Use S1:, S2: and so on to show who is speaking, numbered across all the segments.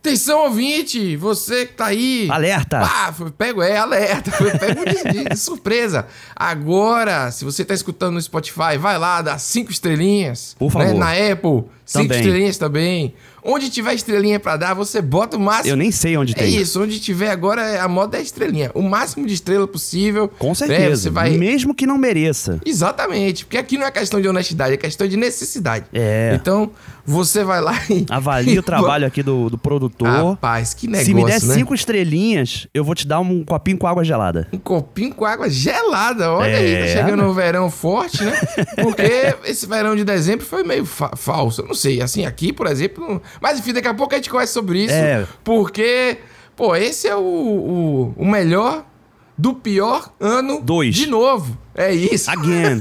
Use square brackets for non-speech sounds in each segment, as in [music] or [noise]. S1: Atenção, ouvinte! Você que tá aí.
S2: Alerta!
S1: Pá, foi pego, é, alerta. Foi pego de, de- de surpresa. Agora, se você tá escutando no Spotify, vai lá, dá cinco estrelinhas. né,
S2: Por favor.
S1: Na Apple, cinco
S2: Também.
S1: estrelinhas também. Onde tiver estrelinha pra dar, você bota o máximo.
S2: Eu nem sei onde
S1: É
S2: tem.
S1: isso, onde tiver agora é- a moda é estrelinha. O máximo de estrela possível.
S2: Com
S1: Né?
S2: certeza.
S1: Você vai.
S2: Mesmo que não mereça.
S1: Exatamente, porque aqui não é questão de honestidade, é questão de necessidade.
S2: É.
S1: Então, você vai lá e.
S2: Avalie o
S1: [laughs]
S2: trabalho aqui do, do produtor.
S1: Rapaz, que Ah, negócio.
S2: Se me der
S1: né?
S2: cinco estrelinhas, eu vou te dar um copinho com água gelada.
S1: Um copinho com água gelada. Olha aí, tá
S2: É,
S1: chegando o verão forte, né? Porque esse verão de dezembro foi meio fa- falso. Eu não sei, assim, aqui, por exemplo. não- Mas enfim, daqui a pouco a gente conversa sobre isso.
S2: É.
S1: Porque, pô, esse é o, o, o melhor do pior ano
S2: Dois.
S1: de novo. É isso. [laughs]
S2: Again.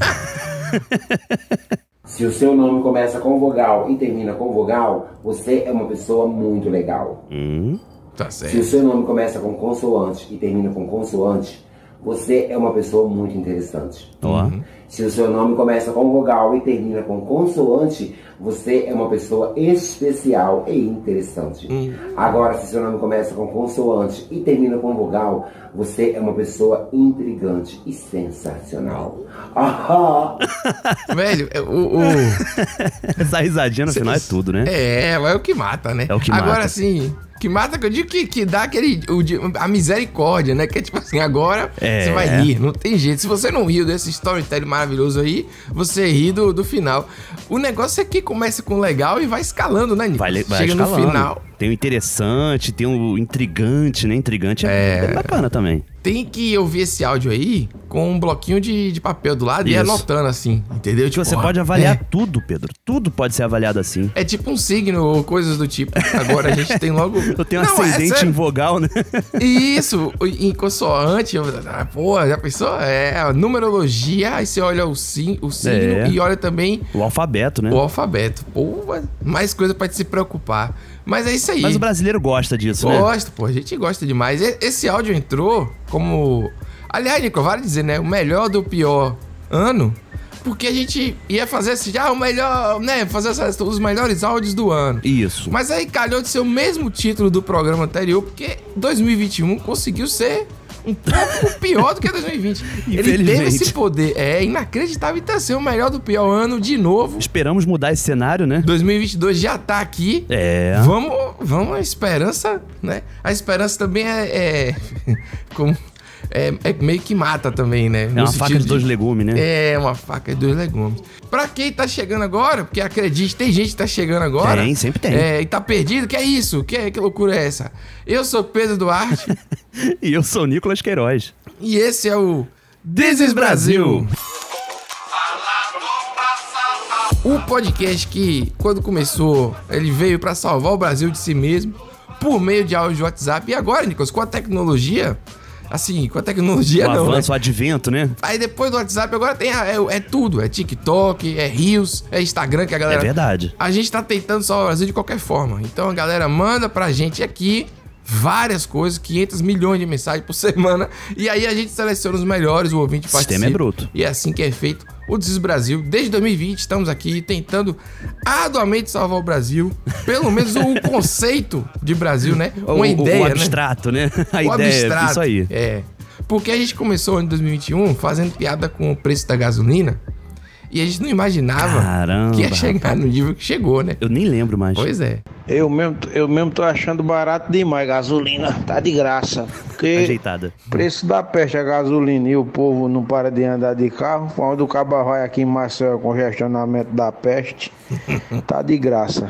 S3: Se o seu nome começa com vogal e termina com vogal, você é uma pessoa muito legal.
S2: Hum,
S1: Tá
S3: Se o
S1: certo.
S3: seu nome começa com consoante e termina com consoante, você é uma pessoa muito interessante.
S2: ó.
S1: Uhum.
S3: Se o seu nome começa com vogal e termina com consoante, você é uma pessoa especial e interessante. Agora, se seu nome começa com consoante e termina com vogal, você é uma pessoa intrigante e sensacional. Ahá!
S1: Velho, é, o- o...
S2: [laughs] Essa risadinha no final é tudo, né?
S1: É, mas é o que mata, né?
S2: É o que
S1: agora,
S2: mata.
S1: assim, que mata que eu digo que, que dá aquele. o di- a misericórdia, né? Que é tipo assim, agora
S2: É.
S1: você vai rir, não tem jeito. Se você não riu desse storytelling maravilhoso aí, você ri do, do final. O negócio é que começa com legal e vai escalando, né, Nico?
S2: Vai, le- vai
S1: Chega
S2: escalando.
S1: no final,
S2: Tem o interessante, tem o intrigante, né? Intrigante é, é bacana também.
S1: tem que ouvir esse áudio aí com um bloquinho de, de papel do lado e
S2: Isso.
S1: anotando, assim, entendeu?
S2: Que você
S1: ó,
S2: pode avaliar
S1: é.
S2: tudo, Pedro. Tudo pode ser avaliado assim.
S1: É tipo um signo ou coisas do tipo. Agora a gente tem logo.
S2: [laughs] Eu tenho
S1: Não, é
S2: ascendente
S1: sério.
S2: em vogal,
S1: [laughs]
S2: né?
S1: Isso, em consoante, eu- ah, pô, já pensou? É, a numerologia, aí você olha o, sim, o signo
S2: É.
S1: e olha também
S2: O alfabeto, né?
S1: o alfabeto. Pô, mais coisa pra te se preocupar. Mas é isso aí.
S2: Mas o brasileiro gosta disso, né?
S1: Gosto, pô, a gente gosta demais. E- Esse áudio entrou como. Aliás, Nico, vale dizer, né? O melhor do pior ano, porque a gente ia fazer esse. Ah, o melhor, né? Fazer essas- os melhores áudios do ano.
S2: Isso.
S1: Mas aí calhou de ser o mesmo título do programa anterior, porque 2021 conseguiu ser um pouco [laughs] pior do que 2020. Ele teve
S2: Infelizmente.
S1: esse poder. É inacreditável. Então, ser o melhor do pior ano de novo.
S2: Esperamos mudar esse cenário, né?
S1: 2022 já tá aqui.
S2: É.
S1: Vamos, vamos à esperança, né? A esperança também é. [laughs] é como, é, é meio que mata também, né?
S2: É uma faca de dois legumes, né?
S1: É, uma faca de dois legumes. Pra quem tá chegando agora, porque acredite, tem gente que tá chegando agora.
S2: Tem, sempre tem.
S1: É, e tá perdido, que é isso? Que, é- que loucura é essa? Eu sou Pedro Duarte
S2: [laughs] [laughs] E eu sou o Nicolas Queiroz.
S1: e esse é o This is Brasil. O podcast que, quando começou, ele veio pra salvar o Brasil de si mesmo por meio de áudio de WhatsApp. E agora, Nicolas, com a tecnologia... Assim, com a tecnologia
S2: o
S1: não, né?
S2: avanço, o advento, né?
S1: Aí depois do WhatsApp, agora tem a- é, é tudo. É TikTok, é Reels, é Instagram que a galera.
S2: É verdade.
S1: A gente tá tentando salvar o Brasil de qualquer forma. Então a galera manda pra gente aqui várias coisas, 500 milhões de mensagens por [laughs] semana. E aí a gente seleciona os melhores, o ouvinte
S2: O
S1: participa.
S2: sistema é bruto.
S1: E é assim que é feito o Desis Brasil. Desde 2020 estamos aqui tentando arduamente salvar o Brasil. Pelo menos o [laughs] conceito de Brasil, né? Uma
S2: O- o,
S1: ideia,
S2: o
S1: né?
S2: abstrato, né? [laughs] A ideia é isso aí.
S1: É. Porque a gente começou em 2021 fazendo piada com o preço da gasolina e a gente não imaginava
S2: Caramba.
S1: que ia chegar no nível que chegou, né?
S2: Eu nem lembro mais.
S1: Pois é.
S4: Eu mesmo, eu mesmo tô achando barato demais gasolina. Tá de graça.
S1: é.
S4: Porque
S2: Ajeitada.
S4: preço da peste a gasolina e o povo não para de andar de carro. Quando o caba vai aqui em Maceió, congestionamento da peste, tá de graça.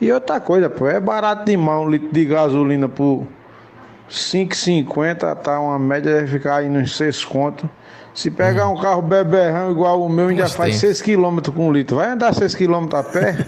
S4: E outra coisa, pô, é barato demais um litro de gasolina por 5,50, tá uma média deve ficar aí nos 6 conto. Se pegar um carro beberrão igual o meu, ainda
S1: Gostei.
S4: faz 6 km com um litro. Vai andar 6 km a pé?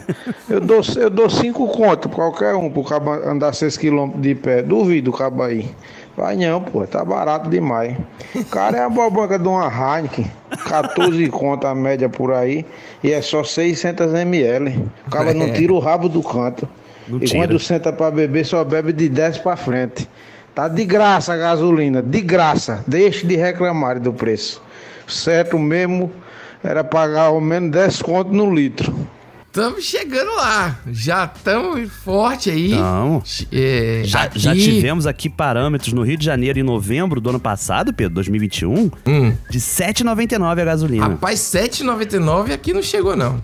S4: eu dou 5 eu dou cinco conto pra qualquer um pro cabo andar 6 km de pé. Duvido o cabo aí. Vai não, pô, tá barato demais. O cara é a bobanca de uma Heineken, 14 conto a média por aí, e é só 600 ml. O cara não tira o rabo do canto.
S2: Não
S4: e
S2: tira.
S4: quando senta pra beber, só bebe de 10 pra frente. Tá de graça a gasolina, de graça. Deixe de reclamar do preço. Certo mesmo era pagar ao menos 10 conto no litro.
S1: Estamos chegando lá. Já estamos forte aí.
S2: Então,
S1: É,
S2: já,
S1: aqui-
S2: já tivemos aqui parâmetros no Rio de Janeiro em novembro do ano passado, Pedro, 2021,
S1: Hum.
S2: de 7,99 a gasolina.
S1: Rapaz, 7,99 aqui não chegou, não.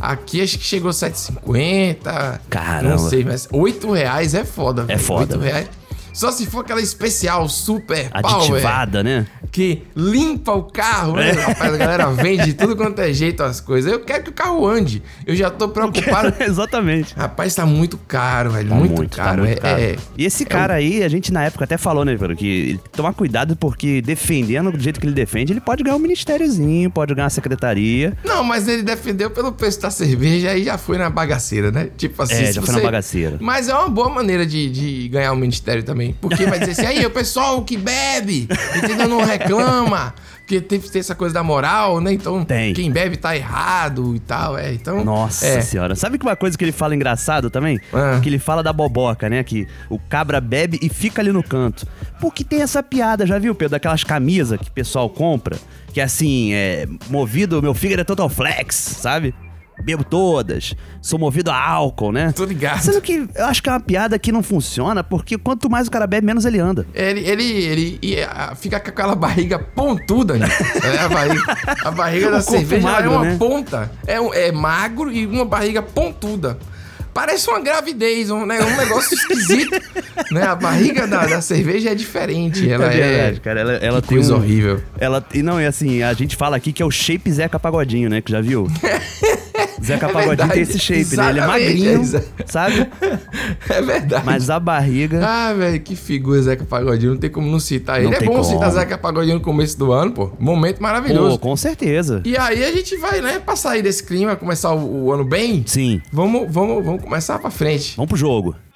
S1: Aqui acho que chegou 7,50.
S2: Caramba.
S1: Não sei, mas 8 reais é foda. velho.
S2: foda.
S1: 8 reais. Só se for aquela especial, super power,
S2: Aditivada, né?
S1: que limpa o carro,
S2: É.
S1: né? Rapaz, a galera vende de tudo quanto é jeito as coisas. Eu quero que o carro ande. Eu já tô preocupado.
S2: [laughs] Exatamente.
S1: Rapaz, tá muito caro, velho. muito, caro. é, é-
S2: E esse cara aí, a gente na época até falou, né, Pedro, que ele- tomar cuidado porque defendendo do jeito que ele defende, ele pode ganhar um ministériozinho, pode ganhar uma secretaria.
S1: Não, mas ele defendeu pelo preço da cerveja e já foi na bagaceira, né? Tipo assim.
S2: É,
S1: se
S2: já foi na bagaceira.
S1: Mas é uma boa maneira de, de ganhar o ministério também. Porque vai dizer assim, aí, o pessoal que bebe, entendeu? Não reclama. Porque tem, tem essa coisa da moral, né? Então,
S2: Tem.
S1: quem bebe tá errado e tal, é. Então.
S2: Nossa
S1: é.
S2: senhora. Sabe que uma coisa que ele fala engraçado também?
S1: Ah.
S2: Que ele fala da boboca, né? Que o cabra bebe e fica ali no canto. Porque tem essa piada, já viu, Pedro? Daquelas camisas que o pessoal compra, que assim, é movido, meu fígado é total flex, sabe? Bebo todas, sou movido a álcool, né?
S1: Tô ligado.
S2: Sendo que eu acho que é uma piada que não funciona, porque quanto mais o cara bebe, menos ele anda.
S1: Ele, ele, ele e, ah, fica com aquela barriga pontuda, né? É a barriga, a
S2: [laughs]
S1: barriga da
S2: corpo
S1: cerveja ela é
S2: magro,
S1: uma
S2: né?
S1: ponta. É, um- é magro e uma barriga pontuda. Parece uma gravidez, um, né, um negócio esquisito. [laughs] né? A barriga da, da cerveja é diferente. Ela é.
S2: cara. Ela, ela um
S1: que coisa horrível.
S2: Ela, e não, e assim, a gente fala aqui que é o shape Zeca Pagodinho, né? Que já
S1: [laughs]
S2: viu? Zeca
S1: É
S2: Pagodinho
S1: verdade.
S2: tem esse shape, né?
S1: Exatamente,
S2: Ele é magrinho,
S1: é exa-
S2: sabe?
S1: [laughs] É verdade.
S2: Mas a barriga.
S1: Ah, velho, que figura Zeca Pagodinho. Não tem como não citar
S2: Não
S1: ele. É
S2: tem
S1: bom
S2: como.
S1: citar Zeca Pagodinho no começo do ano, pô. Momento [laughs] maravilhoso.
S2: Pô, com certeza.
S1: E aí a gente vai, né, pra sair desse clima, começar o, o ano bem.
S2: Sim.
S1: Vamos, vamos, vamos começar pra frente.
S2: Vamos pro jogo.
S5: [laughs]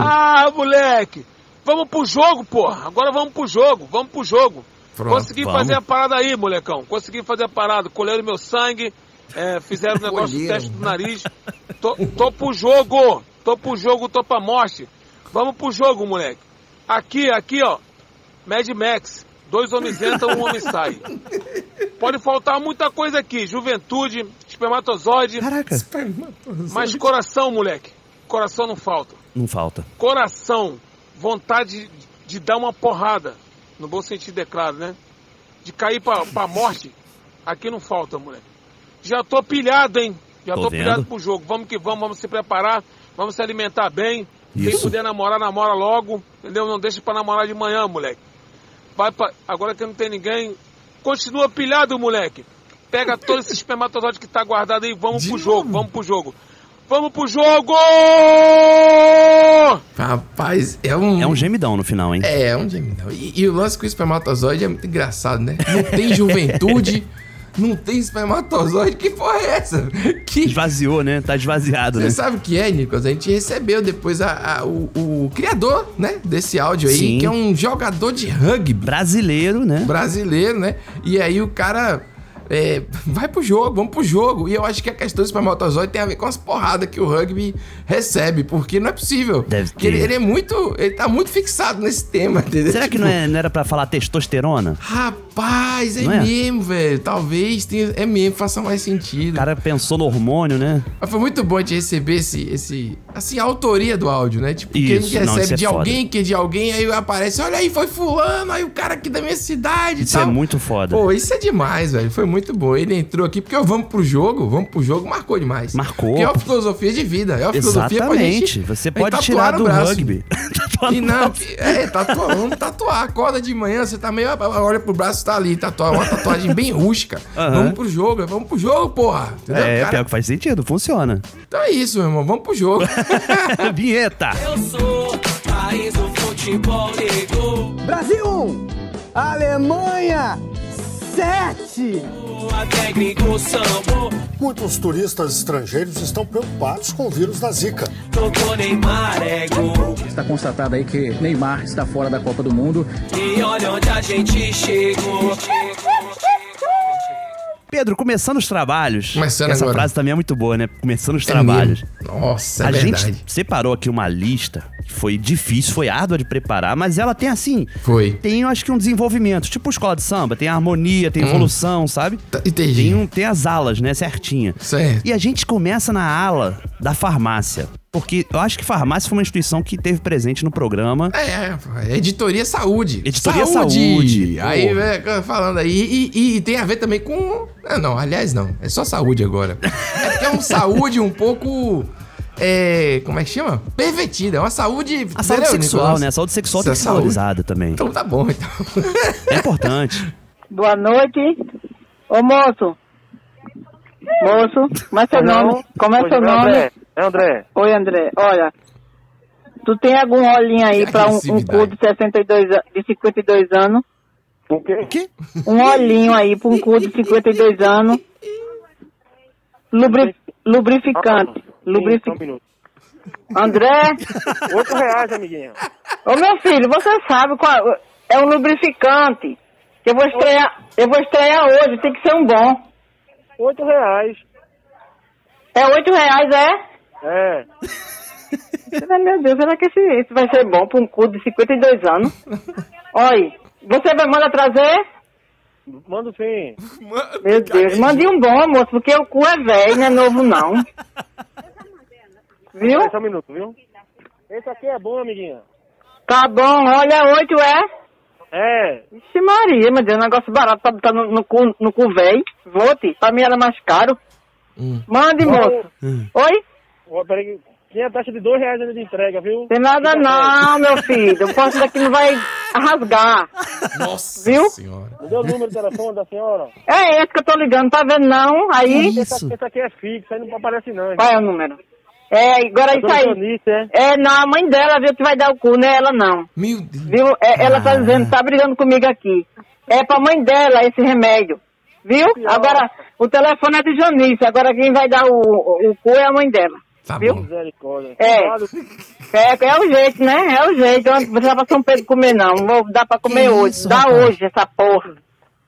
S5: Ah, moleque! Vamos pro jogo, porra! Agora vamos pro jogo, vamos pro jogo!
S1: Pronto,
S5: Consegui
S2: vamos.
S5: fazer a parada aí, molecão! Consegui fazer a parada, colheram meu sangue, é, fizeram o negócio do
S1: Colheram.
S5: teste do nariz. Tô, tô pro jogo! Tô pro jogo, tô pra morte! Vamos pro jogo, moleque! Aqui, aqui, ó! Mad Max, dois homens entram, um homem sai. Pode faltar muita coisa aqui, juventude, espermatozoide,
S2: Caraca,
S5: mas coração, moleque. Coração não falta
S2: não falta.
S5: coração, vontade de, de dar uma porrada, no bom sentido, é claro, né? De cair pra, pra morte, aqui não falta, moleque. Já tô pilhado, hein? Já
S2: Tô
S5: tô,
S2: vendo.
S5: pilhado pro jogo. Vamos que vamos, vamos se preparar, vamos se alimentar bem. Quem
S2: Isso.
S5: puder namorar, namora logo, entendeu? Não deixa pra namorar de manhã, moleque. Vai pra... Agora que não tem ninguém, continua pilhado, moleque. Pega todo esse espermatozoide que tá guardado aí, vamos
S1: De
S5: pro
S1: novo?
S5: jogo, vamos pro jogo. Vamos pro jogo!
S1: Rapaz, é um.
S2: É um gemidão no final, hein?
S1: É, é um gemidão. E, e o lance com o espermatozoide é muito engraçado, né? Não tem
S2: [laughs]
S1: juventude, não tem espermatozoide. Que porra é essa? Que.
S2: Esvaziou, né? Tá esvaziado, né?
S1: Você sabe o que é, Nicolas? A gente recebeu depois a- a- o, o criador, né? Desse áudio aí,
S2: Sim.
S1: que é um jogador de rugby.
S2: Brasileiro, né?
S1: brasileiro, né? E aí o cara é, vai pro jogo, vamos pro jogo. E eu acho que a questão do espermatozoide tem a ver com as porradas que o rugby recebe, porque não é possível.
S2: Deve
S1: Porque ele,
S2: ter.
S1: ele é muito. Ele tá muito fixado nesse tema, entendeu?
S2: Será que
S1: Tipo,
S2: não, é- não era pra falar testosterona?
S1: Rapaz, é,
S2: Não é?
S1: mesmo, velho. Talvez tenha. É mesmo, faça mais
S2: O
S1: sentido.
S2: cara pensou no hormônio, né?
S1: Mas foi muito bom te receber esse, esse. Assim, a autoria do áudio, né? Tipo, que a gente
S2: Isso, não,
S1: recebe
S2: isso é
S1: de
S2: foda.
S1: alguém, que é de alguém, aí aparece, olha aí, foi fulano, aí o cara aqui da minha cidade. e
S2: Isso é
S1: tal.
S2: muito foda.
S1: Pô, isso é demais, velho. Foi muito bom. Ele entrou aqui porque eu vamos pro jogo, vamos pro jogo, marcou demais.
S2: Marcou.
S1: Que é uma filosofia de vida, é uma filosofia pra
S2: Exatamente.
S1: gente.
S2: Você
S1: pra gente
S2: pode
S1: tatuar
S2: tirar
S1: no
S2: do
S1: braço.
S2: rugby. [laughs] Tá Tatuar
S1: E
S2: no [laughs]
S1: não,
S2: braço.
S1: é, tatuar, vamos tatuar. Acorda de manhã, você tá meio. Olha pro braço, tá ali, tatuar. Uma tatuagem bem rústica.
S2: Aham.
S1: Vamos pro jogo, vamos pro jogo, porra. Entendeu,
S2: É,
S1: cara?
S2: pior que faz sentido, funciona.
S1: Então é isso, meu irmão, vamos pro
S2: [laughs]
S1: jogo.
S2: Vinheta!
S6: Eu sou país do futebol negro.
S7: Brasil 1, Alemanha 7.
S6: Até gringo sambo,
S8: Muitos turistas estrangeiros estão preocupados com o vírus da Zika.
S6: tocou Neymar é gol.
S9: Está constatado aí que Neymar está fora da Copa do Mundo.
S6: E olha onde a gente chegou.
S2: Pedro, começando os trabalhos.
S1: Começando
S2: essa
S1: agora.
S2: frase também é muito boa, né? Começando os
S1: É
S2: trabalhos.
S1: mesmo. Nossa, é
S2: a
S1: verdade.
S2: gente separou aqui uma lista que foi difícil, foi árdua de preparar, mas ela tem assim.
S1: Foi.
S2: Tem, eu acho que um desenvolvimento. Tipo escola de samba, tem harmonia, tem evolução, sabe?
S1: Hum. Tá, entendi.
S2: Tem, um, tem as alas, né? Certinha.
S1: Certo.
S2: E a gente começa na ala da farmácia. Porque eu acho que farmácia foi uma instituição que teve presente no programa.
S1: É, é, editoria saúde.
S2: Editoria Saúde.
S1: Aí,
S2: Porra.
S1: é, falando aí. E, e- e tem a ver também com. Ah, não, aliás, não. É só saúde
S2: [laughs]
S1: agora. É porque é um saúde um pouco. É, como é que chama? Pervertida. É uma saúde.
S2: A saúde
S1: entendeu,
S2: sexual,
S1: Nicolas?
S2: né? A saúde sexual
S1: Essa
S2: tem que ser
S1: é saúde.
S2: valorizada também.
S1: Então tá bom, então. [laughs]
S2: É importante.
S10: Boa noite. Ô moço. Moço, como é seu nome? Como é seu nome?
S5: É André.
S10: Oi, André. Olha, tu tem algum olhinho aí
S1: Que
S10: pra um, um
S1: agressividade.
S10: cu de 62, a- de 52 anos?
S5: O quê?
S10: Um olhinho aí pra um cu de 52 anos? Lubri- lubrificante. Lubrificante.
S5: um minuto.
S10: André,
S5: Oito reais, amiguinha.
S10: ô meu filho, você sabe qual é um lubrificante. Eu vou estrear, eu vou estrear hoje, tem que ser um bom.
S5: Oito reais.
S10: É oito reais, é?
S5: É.
S10: Ah, Meu Deus, será que esse, esse vai ser bom para um cu de 52 anos? Oi, você vai mandar trazer?
S5: Manda Um sim.
S10: Meu Deus, mande um bom, moço, porque o cu é velho, não é novo não. Viu?
S5: um minuto, viu? Esse aqui é bom, amiguinha.
S10: Tá bom, olha, oito é.
S5: É.
S10: Ixi Maria, meu Deus, negócio barato pra botar no, no cu, no cu velho. Volte, pra mim era mais caro.
S1: Hum.
S10: Mande, moço. Oi?
S5: Ó, Peraí, tem a taxa de dois reais ainda de entrega, viu?
S10: Tem nada não, meu filho. O posto daqui não vai rasgar.
S1: Nossa
S10: Viu?
S1: senhora.
S5: Me deu o número do telefone da senhora.
S10: É esse que eu tô ligando, tá vendo não? Aí...
S2: Isso.
S5: Esse aqui é fixo, aí não aparece não.
S10: Qual é o número? É, agora isso aí.
S5: Isso é.
S10: É, não, a mãe dela viu que vai dar o cu, né? Ela não.
S1: Meu Deus.
S10: Viu? É, ela tá dizendo, tá brigando comigo aqui. É pra mãe dela esse remédio. Viu? Agora, o telefone é de Janice. Agora quem vai dar o, o, o cu é a mãe dela.
S1: Tá
S10: Viu?
S1: bom.
S5: Misericórdia.
S10: É. É, é o jeito, né? É o jeito. Eu não vou levar pra São Pedro comer, não. Vou dar pra comer hoje. Dá hoje essa porra.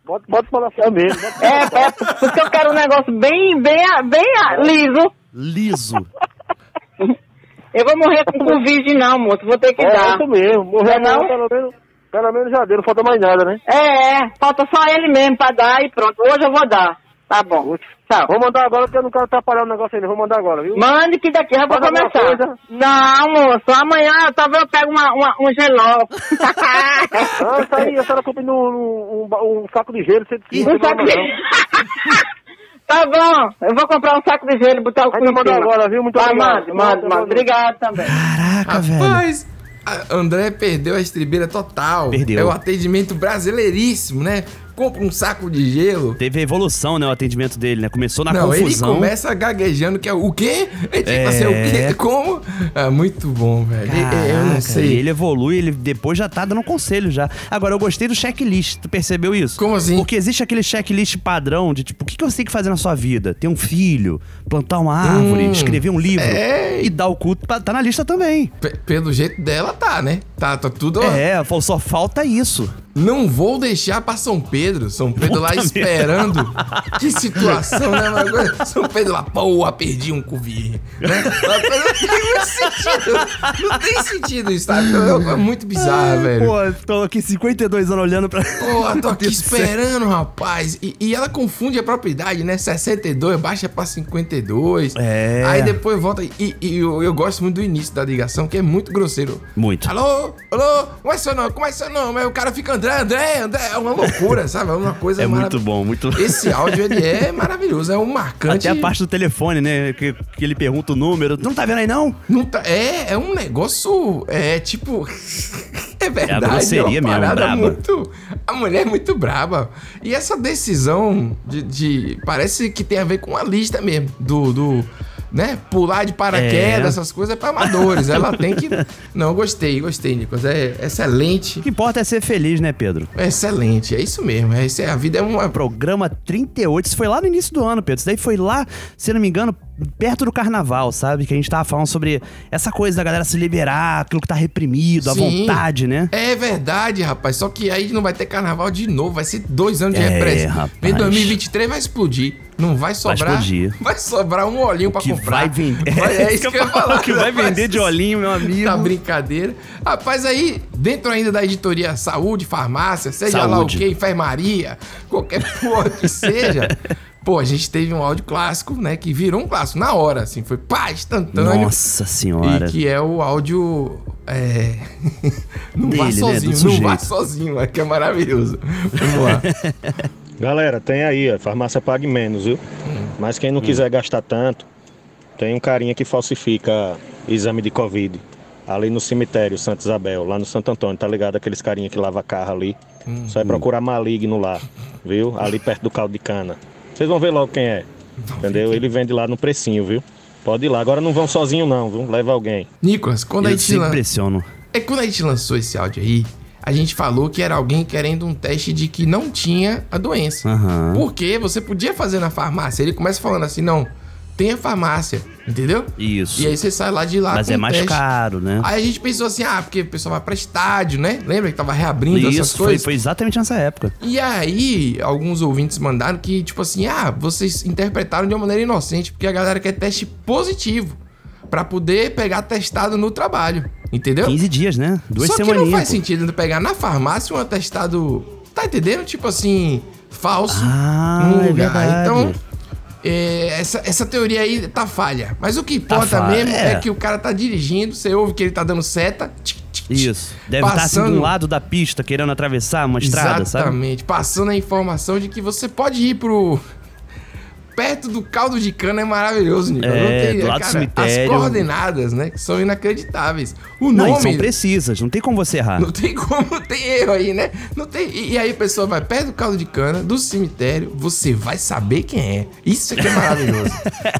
S5: Bota, bota pra lá mesmo.
S10: É, é, porque eu quero um negócio bem, bem, ah, bem liso.
S2: Liso.
S1: [laughs]
S10: Eu vou morrer
S5: [laughs]
S10: com o cu virgem, não, moço. Vou ter que
S5: É
S10: dar.
S5: isso mesmo. Morreu
S10: Não é não?
S5: pelo menos, pelo menos já deu, não falta mais nada, né?
S10: É, é, falta só ele mesmo pra dar e pronto. Hoje eu vou dar. Tá bom. Tchau.
S5: Vou mandar agora porque eu não quero atrapalhar o negócio ainda. Vou mandar agora, viu?
S10: Mande que daqui eu vou
S5: Faz alguma
S10: começar.
S5: coisa?
S10: Não, moço, amanhã talvez eu pego uma, uma- um
S5: [laughs]
S10: geló.
S5: Ah, isso aí, a senhora compra num- num- um, ba- um saco de gelo, você
S10: um saco de... [laughs] tá bom, eu vou comprar um saco de gelo e botar o cu
S5: Aí tu
S10: em
S5: manda
S10: cima.
S5: agora, viu? Muito
S10: Vai,
S5: obrigado.
S10: mande, mande, mande. Obrigado também.
S1: Ah,
S2: Caraca, Tá velho.
S1: Rapaz, a André perdeu a estribeira total.
S2: Perdeu.
S1: É o atendimento brasileiríssimo, né? Compra um saco de gelo.
S2: Teve evolução, né? O atendimento dele, né? Começou na
S1: não,
S2: confusão.
S1: ele começa gaguejando, que é o quê? [laughs] Ele tem que fazer o
S2: É.
S1: quê? Como? Ah, muito bom, velho. E- e- eu
S2: Caraca,
S1: não sei.
S2: e Ele evolui, ele depois já tá dando conselho já. Agora, eu gostei do checklist, tu percebeu isso?
S1: Como assim?
S2: Porque existe aquele checklist padrão de tipo, o que, que você tem que fazer na sua vida? Ter um filho, plantar uma árvore, escrever um livro
S1: Hum, é.
S2: e dar o culto, pra- tá na lista também.
S1: Pe- pelo jeito dela tá, né? Tá, tá tudo.
S2: É, fal- só falta isso.
S1: Não vou deixar pra São Pedro. São Pedro lá esperando. Que situação, né? Mas agora São Pedro lá, pô, perdi um cuvinho. Né? Mas Não tem muito sentido. Não tem sentido isso, tá? É muito bizarro,
S2: Ai,
S1: velho.
S2: Ah, Pô, tô aqui 52 anos olhando pra.
S1: Pô, tô aqui
S2: Meu Deus do céu.
S1: esperando, rapaz. E, e ela confunde a propriedade, né? 62, baixa pra 52.
S2: É.
S1: Aí depois volta. E, e eu, eu gosto muito do início da ligação, que é muito grosseiro.
S2: Muito.
S1: Alô, alô, como é seu nome? Como é seu nome? Aí o cara fica André, André, André. É uma loucura, sabe? É uma coisa
S2: É muito
S1: marav-
S2: bom, muito
S1: Esse áudio, ele é maravilhoso. É um marcante.
S2: Até a parte do telefone, né? Que, que ele pergunta o número. Tu não tá vendo aí, não?
S1: Não tá- é, é um negócio. É tipo. [laughs] é verdade.
S2: grosseria
S1: uma
S2: mesmo,
S1: parada
S2: braba.
S1: muito. A mulher é muito braba. E essa decisão de. de- parece que tem a ver com a lista mesmo. Do. do, né? Pular de paraquedas,
S2: É.
S1: essas coisas é pra amadores. Ela tem
S2: [laughs]
S1: que. Não, gostei, gostei, Nicolas. É excelente.
S2: O que importa é ser feliz, né, Pedro?
S1: É excelente. É isso mesmo. É, isso é- a vida é uma.
S2: Programa 38, isso foi lá no início do ano, Pedro. Isso daí foi lá, se não me engano, perto do carnaval, sabe? Que a gente tava falando sobre essa coisa da galera se liberar, aquilo que tá reprimido, a vontade, né?
S1: É verdade, rapaz. Só que aí não vai ter carnaval de novo. Vai ser dois anos de
S2: É,
S1: repressão.
S2: rapaz.
S1: Em 2023 vai explodir. Não vai sobrar.
S2: explodir.
S1: vai sobrar um olhinho pra
S2: que
S1: comprar.
S2: vai
S1: [laughs]
S2: vender. [laughs]
S1: Vai- é isso que eu ia falar.
S2: O que vai
S1: Rapaz,
S2: vender de olhinho, meu amigo.
S1: Tá brincadeira. Rapaz, aí, dentro ainda da editoria saúde, farmácia, seja lá o
S2: Saúde.
S1: que, enfermaria, qualquer [laughs] porra que
S2: [laughs]
S1: seja. Pô, a gente teve um áudio clássico, né? Que virou um clássico na hora, assim. Foi pá, instantâneo.
S2: Nossa senhora.
S1: E que é o áudio. é, [laughs] não vá
S2: Dele, né,
S1: sozinho,
S2: do
S1: não vá
S2: sujeito.
S1: sozinho, é que é maravilhoso. Vamos
S2: [laughs]
S1: lá.
S11: Galera, tem aí, a farmácia pague menos, viu? Mas quem não quiser gastar tanto, tem um carinha que falsifica exame de Covid. Ali no cemitério Santa Isabel, lá no Santo Antônio, tá ligado? Aqueles carinha que lava carro ali. Só é procurar maligno lá, viu? Ali perto do caldo de cana. Vocês vão ver logo quem é. Entendeu? Ele vende lá no precinho, viu? Pode ir lá. Agora não vão sozinho não, viu? Leva alguém.
S1: Nicolas, quando a
S2: Eu
S1: gente
S2: sempre
S1: lan-
S2: impressiono.
S1: É quando a gente lançou esse áudio aí, a gente falou que era alguém querendo um teste de que não tinha a doença.
S2: Aham.
S1: Porque você podia fazer na farmácia. Ele começa falando assim, não, tem a farmácia, entendeu?
S2: Isso.
S1: E é aí você sai lá de lá
S2: Mas
S1: com
S2: é
S1: um
S2: mais
S1: teste.
S2: caro, né?
S1: Aí a gente pensou assim, ah, porque o pessoal vai pra estádio, né? Lembra que tava reabrindo essas coisas?
S2: Isso,
S1: Então,
S2: foi, foi exatamente nessa época.
S1: E aí, alguns ouvintes mandaram que, tipo assim, ah, vocês interpretaram de uma maneira inocente, porque a galera quer teste positivo pra poder pegar testado no trabalho, entendeu?
S2: 15 dias, né? Duas
S1: Só que
S2: semaninhas.
S1: não faz
S2: pô.
S1: sentido tu pegar na farmácia um atestado, tá entendendo? Tipo assim, falso
S2: Ah,
S1: num
S2: é
S1: lugar.
S2: verdade.
S1: então, é, essa, essa teoria aí tá falha. Mas o que importa
S2: falha,
S1: mesmo é.
S2: é.
S1: que o cara tá dirigindo, você ouve que ele tá dando seta. tch, tch, tch,
S2: Isso. Deve estar assim de
S1: passando-
S2: um lado da pista, querendo atravessar uma estrada, sabe?
S1: Exatamente. Passando a informação de que você pode ir pro. Perto do caldo de cana é maravilhoso, Nico.
S2: É, do lado do cemitério.
S1: As coordenadas, né? Que são inacreditáveis. O
S2: Não, e
S1: nome.
S2: são precisas, não tem como você
S1: [laughs]
S2: errar.
S1: Não tem como, não tem erro aí, né? Não tem. E, e aí a pessoa vai perto do caldo de cana, do cemitério, você vai saber quem é. Isso é que é
S2: [laughs]
S1: maravilhoso.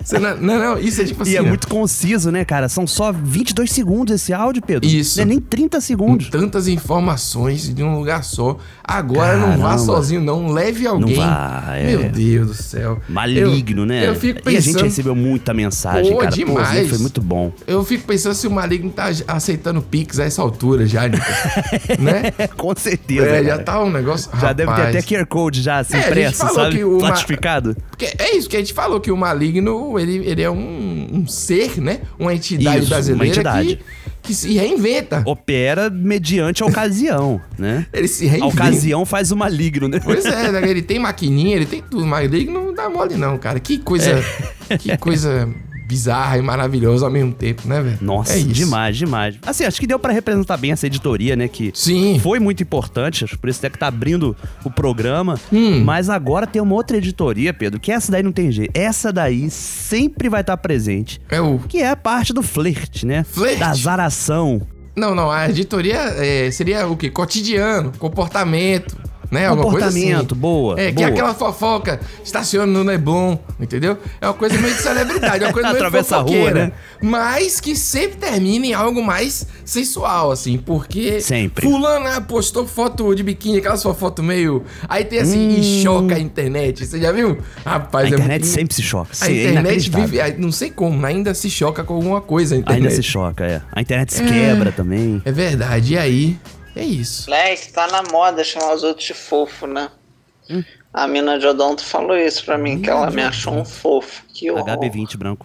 S1: Você não, não, não, isso é tipo assim.
S2: E é
S1: ó.
S2: muito conciso, né, cara? São só 22 segundos esse áudio, Pedro.
S1: Isso. Então,
S2: Não é nem 30 segundos.
S1: tantas informações de um lugar só. Agora não vá
S2: Caramba.
S1: sozinho, não. Leve alguém.
S2: vá, é.
S1: Meu Deus do céu.
S2: Maligno,
S1: Eu-
S2: né?
S1: Eu fico
S2: E a gente
S1: pensando.
S2: recebeu muita mensagem,
S1: Pô,
S2: cara. Pô,
S1: demais.
S2: Zé, foi muito bom.
S1: Eu fico pensando se o maligno tá aceitando Pix a essa altura já,
S2: [laughs]
S1: Nico. né?
S2: É, com certeza.
S1: É, já
S2: cara.
S1: tá um negócio.
S2: Já deve ter até QR Code já assim,
S1: É, a gente
S2: impresso,
S1: falou
S2: sabe?
S1: que o ma-
S2: Plastificado.
S1: Porque é isso que a gente falou, que o maligno, ele, ele é um, um ser, né? Uma entidade
S2: Isso, uma
S1: brasileira
S2: entidade.
S1: Que, que se reinventa.
S2: Opera mediante a ocasião, né?
S1: Ele se
S2: A
S1: reinventa.
S2: ocasião faz o maligno, né?
S1: É, Pois é, né? ele tem maquininha, ele tem tudo, mas ele não dá mole não, cara. Que coisa,
S2: É.
S1: que coisa bizarra e maravilhosa ao mesmo tempo, né, velho?
S2: Nossa,
S1: É isso.
S2: demais, demais. Assim, acho que deu pra representar bem essa editoria, né? Que
S1: Sim.
S2: foi muito importante, acho que por isso é que tá abrindo o programa.
S1: Hum.
S2: Mas agora tem uma outra editoria, Pedro, que essa daí não tem jeito. Essa daí sempre vai estar presente,
S1: É o
S2: que é a parte do flerte, né?
S1: Flerte?
S2: Da zaração.
S1: Não, não, a editoria é, seria o quê? Cotidiano, comportamento, né? Alguma coisa assim.
S2: Comportamento, boa,
S1: É, que é
S2: boa.
S1: aquela fofoca, estaciona no Neblon, entendeu? É uma coisa meio de celebridade, é uma coisa meio
S2: [laughs] Atravessa a rua,
S1: fofoqueira,
S2: né?
S1: Mas que sempre termina em algo mais sensual, assim, porque...
S2: Sempre.
S1: Fulana postou foto de biquíni, aquela sua foto meio... Aí tem assim, e choca a internet, você já viu? Rapaz,
S2: Hum. a
S1: é
S2: internet
S1: muito-
S2: sempre se choca.
S1: A
S2: é
S1: internet
S2: inacreditável.
S1: vive, não sei como, ainda se choca com alguma coisa a internet.
S2: Ainda se choca, é. A internet se
S1: É.
S2: quebra também.
S1: É verdade, e aí? É isso.
S12: Lex, tá na moda chamar os outros de fofo, né?
S1: Hum.
S12: A mina de Odonto falou isso pra mim, que ela me achou um fofo. Que horror.
S2: HB20 branco.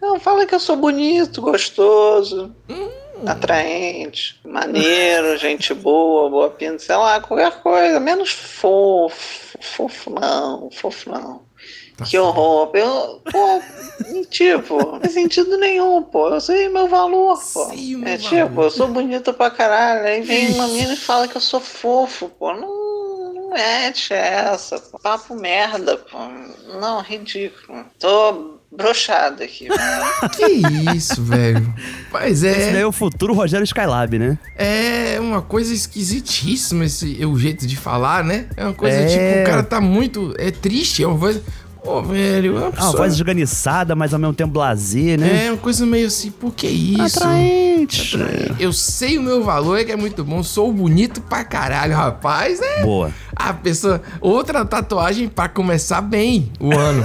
S12: Não, fala que eu sou bonito, gostoso,
S1: Hum.
S12: atraente, maneiro, [laughs] gente boa, boa pinta, sei lá, qualquer coisa, menos fofo, fofo não, fofo não.
S1: Tá
S12: que horror. Eu, pô, [laughs] tipo, não faz sentido nenhum, pô. Eu sei meu valor, pô.
S1: Sei o meu
S12: é
S1: valor.
S12: tipo, eu sou bonito pra caralho. Aí vem uma mina e fala que eu sou fofo, pô. Não, não mete essa. pô. Papo merda, pô. Não, ridículo. Tô brochado aqui.
S1: Que isso, [laughs] velho. Mas
S2: Esse daí
S1: é,
S2: é o futuro Rogério Skylab, né?
S1: é uma coisa esquisitíssima esse o jeito de falar, né? É uma coisa
S2: É.
S1: tipo, o cara tá muito. É triste, é uma coisa. Pô, velho, é uma
S2: Ah, uma voz desganiçada, mas ao mesmo tempo blazer, né?
S1: É, uma coisa meio assim, por que isso?
S2: Atraente.
S1: Eu sei o meu valor, que é muito bom. Sou bonito pra caralho, rapaz, né?
S2: Boa.
S1: A pessoa. Outra tatuagem pra começar bem o
S2: [laughs]
S1: ano,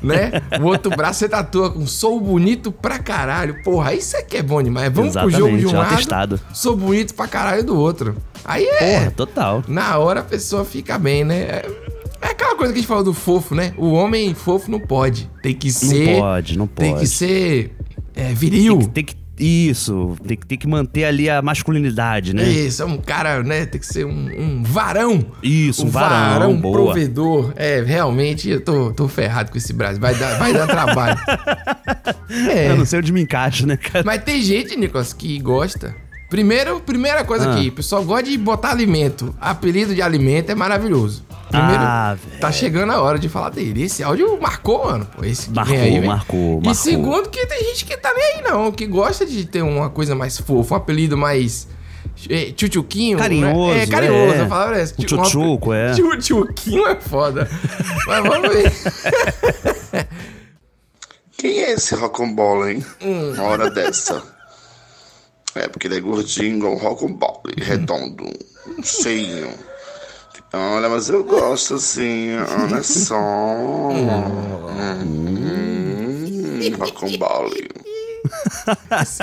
S1: né? O outro braço você tatua com sou bonito pra caralho. Porra, isso aqui é bom demais. Vamos
S2: Exatamente,
S1: pro jogo de
S2: é
S1: um
S2: um
S1: lado.
S2: atestado.
S1: Sou bonito pra caralho do outro. Aí é.
S2: Porra, total.
S1: Na hora a pessoa fica bem, né? É é aquela coisa que a gente falou do fofo, né? O homem fofo não pode. Tem que
S2: Não
S1: ser.
S2: pode, não
S1: Tem que
S2: pode.
S1: ser é, viril.
S2: Tem que, tem que- isso, tem que, tem que manter ali a masculinidade, né?
S1: Isso, é um cara, né? Tem que ser um, um varão.
S2: Isso, um varão, boa.
S1: provedor. É, realmente, eu tô, tô ferrado com esse Brasil. Vai dar, vai dar
S2: [laughs]
S1: trabalho. É.
S2: Eu não sei onde me encaixo, né, cara?
S1: Mas tem gente, Nicolas, que gosta. Primeiro, primeira coisa
S2: Ah.
S1: aqui, o pessoal gosta de botar alimento. Apelido de alimento é maravilhoso. Primeiro,
S2: Ah, velho.
S1: tá chegando a hora de falar dele. Esse áudio marcou, mano. Pô, esse que
S2: Marcou,
S1: vem aí, velho.
S2: marcou,
S1: E
S2: marcou.
S1: segundo, que tem gente que tá nem aí, não. Que gosta de ter uma coisa mais fofa, um apelido mais. eh, Tchutchuquinho. né?
S2: Carinhoso,
S1: É, carinhoso.
S2: é.
S1: A palavra é essa.
S2: Um tchutchuco,
S1: [laughs]
S2: é.
S1: Tchutchuquinho é foda. Mas vamos ver.
S2: [laughs]
S13: Quem é esse rocambole, hein?
S1: Hum.
S13: Uma hora dessa. É, porque ele é gordinho, igual um rocambole,
S14: Hum.
S13: redondo, cheio. Olha, mas eu gosto assim,
S14: [laughs]
S13: olha só. Hum, rocambole.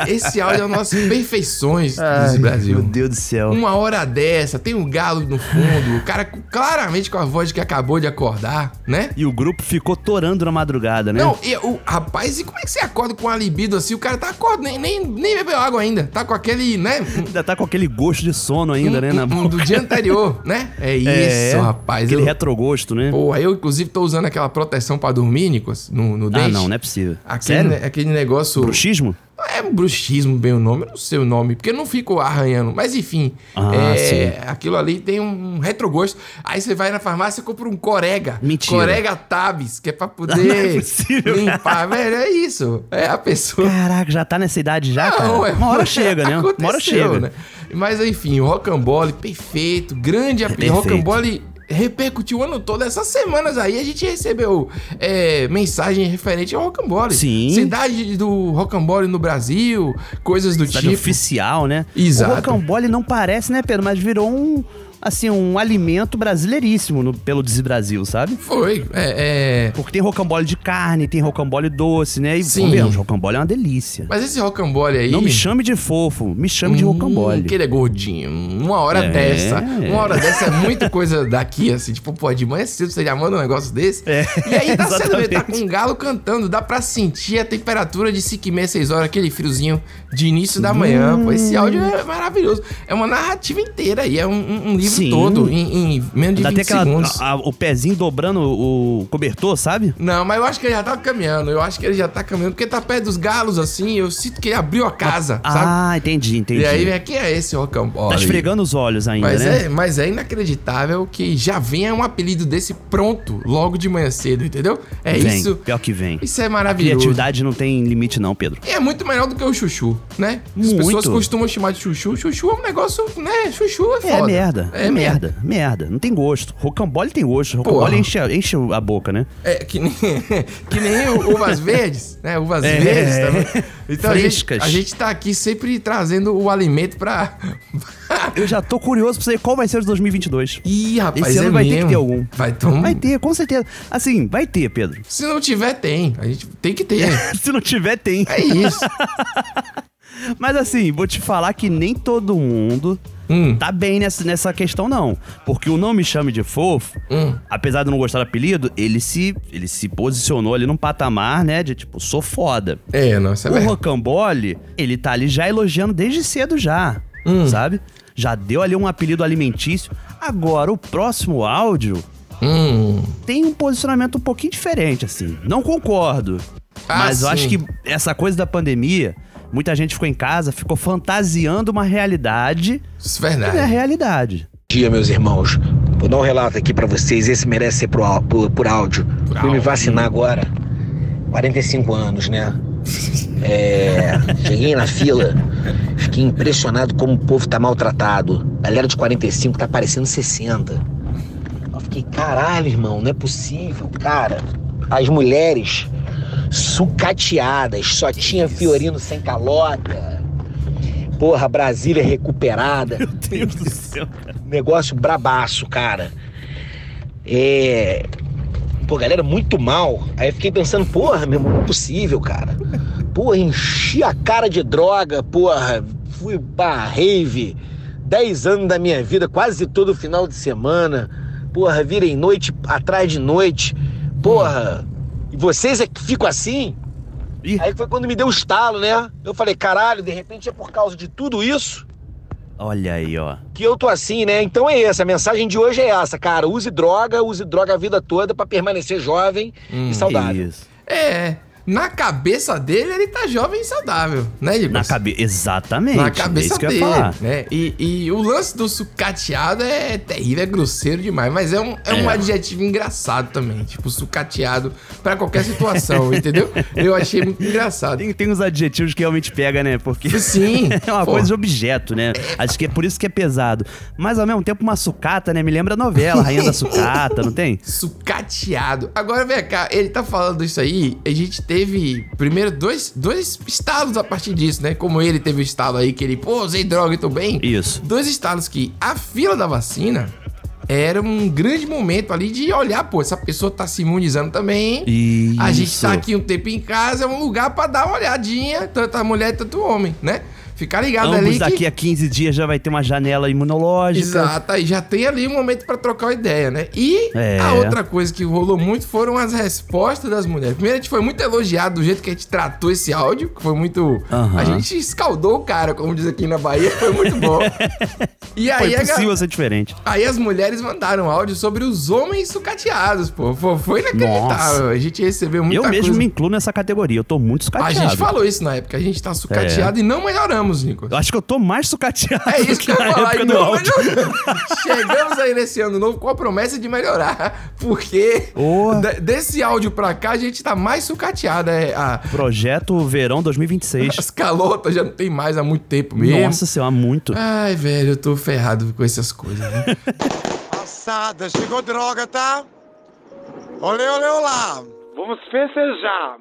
S1: Esse áudio é o nosso Perfeições dos Brasil.
S2: Meu Hum. Deus do céu.
S1: Uma hora dessa, tem um galo no fundo, o cara com- claramente com a voz de que acabou de acordar, né?
S2: E o grupo ficou torando na madrugada, né?
S1: Não, e, o, rapaz, e como é que você acorda com a libido assim? O cara tá acordando, nem, nem, nem bebeu água ainda. Tá com aquele, né?
S2: Ainda tá com aquele gosto de sono ainda, né? Na
S1: um do
S2: boca.
S1: dia anterior, né? É isso,
S2: É,
S1: rapaz.
S2: Aquele
S1: eu,
S2: retrogosto, né?
S1: Porra, eu inclusive tô usando aquela proteção pra dormir, Nicos, no, no
S2: ah,
S1: dente.
S2: não, não é possível.
S1: Aquele,
S2: Sério?
S1: ne- aquele negócio.
S2: Bruxismo?
S1: É um bruxismo bem o nome, eu não sei o nome, porque eu não fico arranhando. Mas enfim,
S2: Ah,
S1: é, aquilo ali tem um retrogosto. Aí você vai na farmácia e compra um corega.
S2: Mentira.
S1: Corega Tabs, que é pra
S2: [laughs] Não é
S1: poder
S2: possível,
S1: limpar. Velho, é isso. É a pessoa.
S2: Caraca, já tá nessa idade já,
S1: Não,
S2: cara?
S1: é- [laughs]
S2: Uma hora chega, né? Uma hora
S1: aconteceu,
S2: chega.
S1: né? Mas enfim, o Rocambole, perfeito, grande apelido.
S2: É Perfeito.
S1: Rocambole repercutiu o ano todo. Essas semanas aí a gente recebeu é, mensagem referente ao Rocambole.
S2: Sim.
S1: Cidade do Rocambole no Brasil, coisas do
S2: Cidade
S1: tipo.
S2: oficial, né?
S1: Exato.
S2: O rocambole não parece, né, Pedro? Mas virou um, assim, um alimento brasileiríssimo no- pelo Brasil, sabe?
S1: Foi, é, é.
S2: Porque tem rocambole de carne, tem rocambole doce, né? E
S1: Sim.
S2: convenhamos, rocambole é uma delícia.
S1: Mas esse Rocambole aí...
S2: Não me chame de fofo, me chame de rocambole.
S1: Que ele é gordinho. Uma hora
S2: É.
S1: dessa. Uma hora dessa é muita coisa daqui, assim. Tipo, pô, de manhã cedo você já manda um negócio desse.
S2: É,
S1: E aí tá sendo ele tá com um galo cantando. Dá pra sentir a temperatura de 5 e meia, 6 horas, aquele friozinho de início da manhã. Pô, esse
S2: Hum.
S1: áudio é maravilhoso. É uma narrativa inteira aí. É um, um- um livro
S2: Sim.
S1: todo em, em menos de
S2: Dá até
S1: 20
S2: aquela,
S1: segundos.
S2: a- a- o pezinho dobrando o o cobertor, sabe?
S1: Não, mas eu acho que ele já tá caminhando. Eu acho que ele já tá caminhando. Porque tá perto dos galos, assim. Eu sinto que ele abriu a casa, sabe?
S2: Ah, entendi, entendi.
S1: E aí, vem aqui é esse rocambole.
S2: Tá esfregando os olhos ainda,
S1: Mas,
S2: né?
S1: é, mas é inacreditável que já venha um apelido desse pronto logo de manhã cedo, entendeu? É
S2: Vem,
S1: isso.
S2: Pior que vem.
S1: Isso é
S2: A
S1: maravilhoso.
S2: criatividade não tem limite, não, Pedro.
S1: E é muito melhor do que o chuchu, né? As
S2: Muito.
S1: pessoas costumam chamar de chuchu. Chuchu é um negócio, né? Chuchu é foda.
S2: É merda.
S1: É merda.
S2: Merda. Não tem gosto. Rocambole tem gosto. Rocambole enche, a- enche a boca, né?
S1: É, que nem, [laughs] que nem o- uvas verdes, né? Uvas
S2: É.
S1: verdes também. Então a gente,
S2: Frescas.
S1: a gente tá aqui sempre trazendo o alimento pra... [laughs]
S2: Eu já tô curioso pra saber qual vai ser o de 2022.
S1: Ih, rapaz,
S2: Esse ano
S1: é
S2: vai ter
S1: mesmo.
S2: que ter algum.
S1: Vai ter um-
S2: Vai ter, com certeza. Assim, vai ter, Pedro. [laughs]
S1: Se não tiver, tem. A gente tem que ter.
S2: Se não tiver, tem.
S1: É isso.
S2: Mas assim, vou te falar que nem todo mundo
S1: Hum.
S2: tá bem nessa, nessa questão, não. Porque o Não Me Chame de Fofo,
S1: Hum.
S2: apesar de eu não gostar do apelido, ele se, ele se posicionou ali num patamar, né? De tipo, sou foda.
S1: É, não, isso é
S2: o
S1: verdade.
S2: Rocambole, ele tá ali já elogiando desde cedo já,
S1: Hum.
S2: sabe? Já deu ali um apelido alimentício. Agora, o próximo áudio
S1: Hum.
S2: tem um posicionamento um pouquinho diferente, assim. Não concordo.
S1: Ah,
S2: mas eu
S1: sim.
S2: acho que essa coisa da pandemia, muita gente ficou em casa, ficou fantasiando uma realidade
S1: Isso
S2: que não é realidade.
S15: Bom dia, meus irmãos. Vou dar um relato aqui pra vocês. Esse merece ser pro au- por, por áudio. Fui me vacinar agora. 45 anos, né? É, cheguei na fila, fiquei impressionado como o povo tá maltratado. Galera de 45 tá parecendo 60. Eu fiquei, caralho, irmão, não é possível, cara. as mulheres sucateadas, só tinha Fiorino sem calota. Porra, Brasília recuperada. Meu Deus do céu, cara. Negócio brabaço, cara. É. Pô, galera, muito mal. Aí eu fiquei pensando, porra, meu irmão, não é possível, cara. Porra, enchi a cara de droga, porra. Fui pra rave. Dez anos da minha vida, quase todo final de semana. Porra, virem noite atrás de noite. Porra, e vocês é que ficam assim? Aí foi quando me deu o estalo, né? Eu falei, caralho, de repente é por causa de tudo isso
S2: Olha aí, ó.
S15: que eu tô assim, né? Então é essa, a mensagem de hoje é essa, cara. Use droga, use droga a vida toda pra permanecer jovem e saudável.
S1: É. Na cabeça dele, ele tá jovem e saudável, né, Edilson?
S2: Na cabeça. Exatamente.
S1: Na
S2: é
S1: cabeça
S2: isso que eu ia
S1: dele.
S2: falar.
S1: Né? E, e o lance do sucateado é terrível, é grosseiro demais, mas é um, é um
S2: É.
S1: adjetivo engraçado também. Tipo, sucateado pra qualquer situação, [laughs] entendeu? Eu achei muito engraçado.
S2: Tem, tem uns adjetivos que realmente pega, né? Porque
S1: Sim,
S2: [laughs] é uma
S1: pô.
S2: coisa de objeto, né? Acho que é por isso que é pesado. Mas ao mesmo tempo, uma sucata, né? Me lembra a novela, Rainha da Sucata, não tem?
S1: Sucateado. Agora vem cá, ele tá falando isso aí. A gente teve primeiro dois, dois estalos a partir disso, né? Como ele teve o estalo aí que ele, pô, usei droga e tô bem.
S2: Isso.
S1: Dois estalos que a fila da vacina era um grande momento ali de olhar, pô, essa pessoa tá se imunizando também.
S2: Isso.
S1: A gente tá aqui um tempo em casa, é um lugar pra dar uma olhadinha, tanto a mulher tanto o homem, né? Ficar ligado ali.
S2: Ambos
S1: que-
S2: daqui é a 15 dias já vai ter uma janela imunológica.
S1: Exato, aí já tem ali um momento pra trocar uma ideia, né? E
S2: É.
S1: a outra coisa que rolou muito foram as respostas das mulheres. Primeiro, a gente foi muito elogiado do jeito que a gente tratou esse áudio, que foi muito. A gente escaldou o cara, como diz aqui na Bahia, foi muito
S2: [laughs]
S1: bom. e aí,
S2: Foi
S1: a ga-
S2: é possível ser diferente.
S1: aí as mulheres mandaram áudio sobre os homens sucateados, pô. Pô, Foi inacreditável.
S2: Nossa.
S1: A gente recebeu muita
S2: Eu mesmo
S1: coisa.
S2: me incluo nessa categoria. Eu tô muito
S1: A
S2: sucateado.
S1: gente falou isso na época, a gente tá sucateado
S2: É.
S1: e não melhoramos, Nico.
S2: Eu acho que eu tô mais sucateado
S1: É isso que eu
S2: na
S1: ia falar.
S2: época
S1: e
S2: do
S1: não
S2: áudio.
S1: melhorou. Chegamos aí nesse ano novo com a promessa de melhorar. Porque de- desse áudio pra cá a gente tá mais sucateado. É, a-
S2: Projeto Verão 2026.
S1: as calotas já não tem mais há muito tempo mesmo.
S2: Nossa senhora, muito.
S1: Ai, velho, eu tô ferrado com essas coisas, né?
S16: Moçada, chegou droga, tá? Olê, olê, olá! Vamos festejar!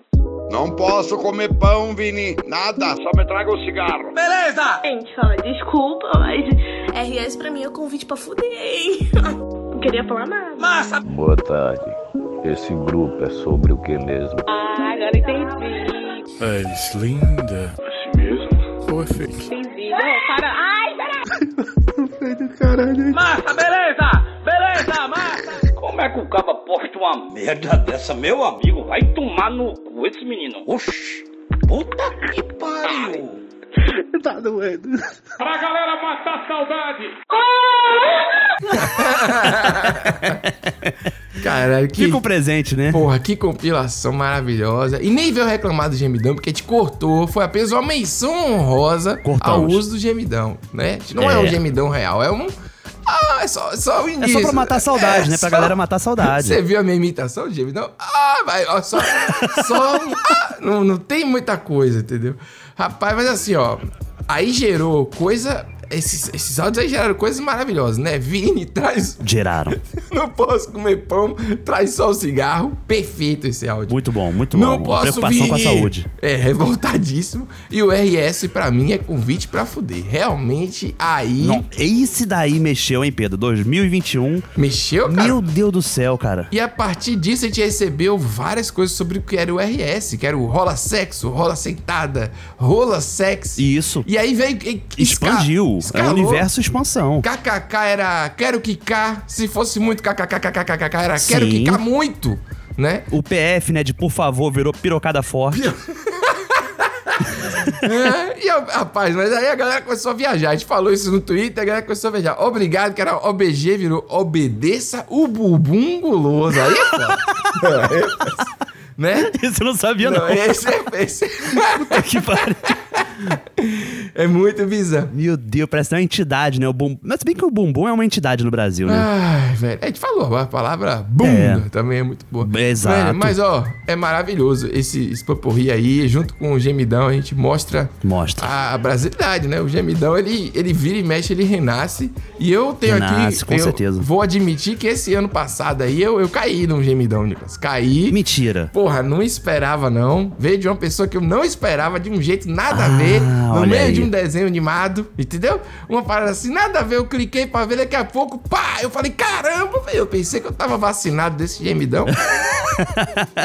S13: Não posso comer pão, Vini. Nada, só me traga um cigarro.
S17: Beleza! Gente, ó, desculpa, mas RS pra mim é convite pra fuder, hein? Não queria falar nada. Massa!
S18: Boa tarde. Esse grupo é sobre o que mesmo?
S17: Ah, agora entendi.
S18: És linda. Assim mesmo? Perfeito.
S17: Entendi. Não, para. Ai, peraí!
S6: Massa, beleza! Beleza, massa! Como é que o caba posta uma merda dessa? Meu amigo, vai tomar no cu esse menino. Oxi! Puta que pariu!
S7: Tá doendo.
S6: Pra galera matar a saudade!
S1: Caralho, que.
S2: Fica o presente, né?
S1: Porra, que compilação maravilhosa. E nem veio reclamar do gemidão, porque te cortou. Foi apenas uma menção honrosa ao
S2: Cortamos.
S1: uso do gemidão, né? Não é,
S2: É.
S1: um gemidão real, é um. Ah, é só, só um
S2: É só pra matar a saudade, né? Pra galera matar a saudade.
S1: É Você viu a minha imitação, Jimmy? Não. Ah, vai, ó, só. só [laughs] ah, não, não tem muita coisa, entendeu? Rapaz, mas assim, ó. Aí gerou coisa. Esses, esses áudios aí geraram coisas maravilhosas, né? Vini [laughs] traz.
S2: Geraram.
S1: [laughs] Não posso comer pão, traz só o cigarro. Perfeito esse áudio.
S2: Muito bom, muito
S1: não
S2: bom.
S1: posso
S2: Preocupação com a
S1: Vini.
S2: saúde.
S1: É, revoltadíssimo. E o RS, pra mim, é convite pra fuder. Realmente, aí.
S2: Não, esse daí mexeu, hein, Pedro? 2021.
S1: Mexeu,
S2: cara? um. Meu Deus do céu, cara.
S1: E a partir disso a gente recebeu várias coisas sobre o que era o RS, que era o rola sexo, rola sentada, rola sexy.
S2: Isso.
S1: E aí veio. e- esca-
S2: Expandiu. É
S1: escalou.
S2: um universo expansão.
S1: KKK era quero quicar. Se fosse muito kkkkkkk era quero
S2: Sim.
S1: quicar muito, né?
S2: O PF, né, de por favor, virou pirocada forte. [laughs]
S1: É, e, eu- rapaz, mas aí a galera começou a viajar. A gente falou isso no Twitter, a galera começou a viajar. Obrigado, que era OBG, virou obedeça o bumbum guloso. Aí é foda. Aí é foda. né?
S2: Isso eu não [laughs] sabia, não.
S1: Esse é. Esse...
S2: que pariu.
S1: É muito bizarro.
S2: Meu Deus, parece uma entidade, né? O bum... Mas se bem que o bumbum é uma entidade no Brasil, né?
S1: Ai, velho. A gente falou, a palavra bunda também é muito boa.
S2: Exato.
S1: Velho, mas, ó, é maravilhoso esse, esse poporri aí. Junto com o gemidão, a gente mostra,
S2: Mostra.
S1: a brasilidade, né? O gemidão, ele, ele vira e mexe, ele renasce. E eu tenho
S2: Renasce,
S1: aqui...
S2: com
S1: eu
S2: certeza.
S1: Vou admitir que esse ano passado aí, eu, eu caí num gemidão, Nicolas. Caí.
S2: Mentira.
S1: Porra, não esperava, não. Veio de uma pessoa que eu não esperava, de um jeito nada a ver. No
S2: Ah, olha
S1: meio
S2: aí.
S1: de um desenho animado, entendeu? Uma parada assim, nada a ver. Eu cliquei pra ver, daqui a pouco, pá! Eu falei, caramba, velho. Eu pensei que eu tava vacinado desse
S2: [laughs]
S1: gemidão.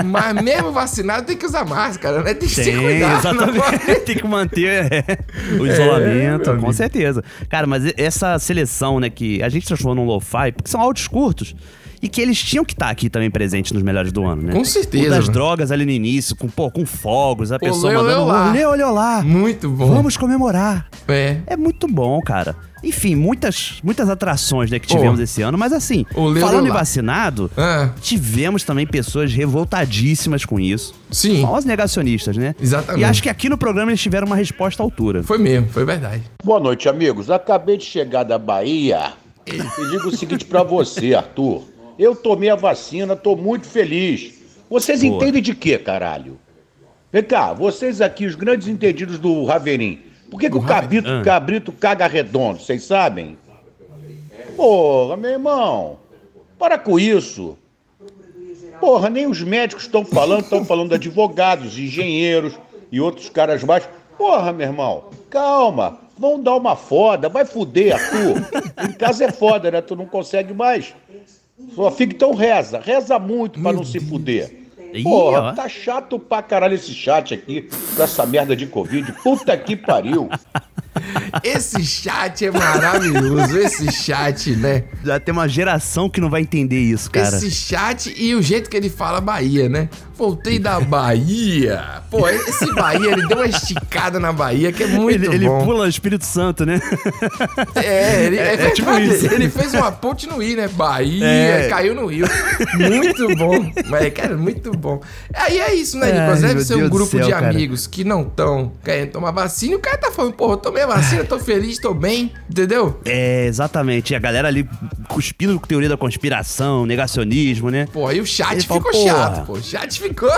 S1: Mas mesmo vacinado tem que usar máscara, né? Tem que se
S2: Tem,
S1: cuidar. não pode-
S2: exatamente. Tem que manter é, o
S1: É,
S2: isolamento,
S1: meu
S2: com
S1: amigo.
S2: certeza. Cara, mas e- essa seleção, né, que a gente transformou num lo-fi, porque são áudios curtos. E que eles tinham que estar aqui também presentes nos melhores do ano, né?
S1: Com certeza,
S2: O das
S1: mano.
S2: drogas ali no início, com, pô, com fogos, a pessoa
S1: Olê, olê,
S2: mandando.
S1: olá.
S2: Olê, olê, olá.
S1: Muito bom.
S2: Vamos comemorar.
S1: É.
S2: É muito bom, cara. Enfim, muitas, muitas atrações né, que tivemos
S1: Pô.
S2: esse ano, mas assim,
S1: Olê,
S2: falando
S1: olê,
S2: em
S1: olá. É.
S2: vacinado, tivemos também pessoas revoltadíssimas com isso.
S1: Sim.
S2: Só os negacionistas, né?
S1: Exatamente.
S2: E acho que aqui no programa eles tiveram uma resposta à altura.
S1: Foi mesmo, foi verdade.
S19: Boa noite, amigos. Acabei de chegar da Bahia e digo o seguinte pra você, Arthur. Eu tomei a vacina, tô muito feliz. Vocês
S2: Boa.
S19: entendem de quê, caralho? Vem cá, vocês aqui, os grandes entendidos do Raverim, por que, que o cabrito,
S2: Ah.
S19: cabrito caga redondo, vocês sabem? Porra, meu irmão, para com isso. [laughs] Porra, nem os médicos estão falando, estão falando advogados, engenheiros e outros caras mais. Porra, meu irmão, calma, vão dar uma foda, vai fuder, Arthur. Em casa é foda, né? Tu não consegue mais. Só fica, então reza, reza muito pra não se fuder.
S2: Ih, ó.
S19: Porra, tá chato pra caralho esse chat aqui, com essa merda de Covid. Puta que pariu.
S1: Esse chat é maravilhoso, esse chat, né?
S2: Já tem uma geração que não vai entender isso, cara.
S1: Esse chat e o jeito que ele fala Bahia, né? Voltei da Bahia. Pô, esse Bahia, ele deu uma esticada na Bahia que é muito
S2: ele, ele
S1: bom.
S2: pula o Espírito Santo, né?
S1: É, ele, é,
S2: É, é tipo
S1: verdade.
S2: isso.
S1: Ele fez uma ponte no I, né? Bahia,
S2: É.
S1: caiu no Rio. Muito bom. Mas, cara, muito bom. Aí é isso, né,
S2: Ai,
S1: Nicolas? Deve
S2: meu
S1: ser um
S2: Deus do
S1: grupo
S2: céu,
S1: de
S2: cara.
S1: amigos que não estão querendo tomar vacina. E o cara tá falando, porra, eu tomei a vacina, tô feliz, tô bem, entendeu?
S2: [laughs] É, exatamente. E a galera ali cuspindo teoria da conspiração, negacionismo, né?
S1: Pô, aí o chat
S2: Ele
S1: ficou
S2: fala, "Porra."
S1: chato, pô. O chat ficou.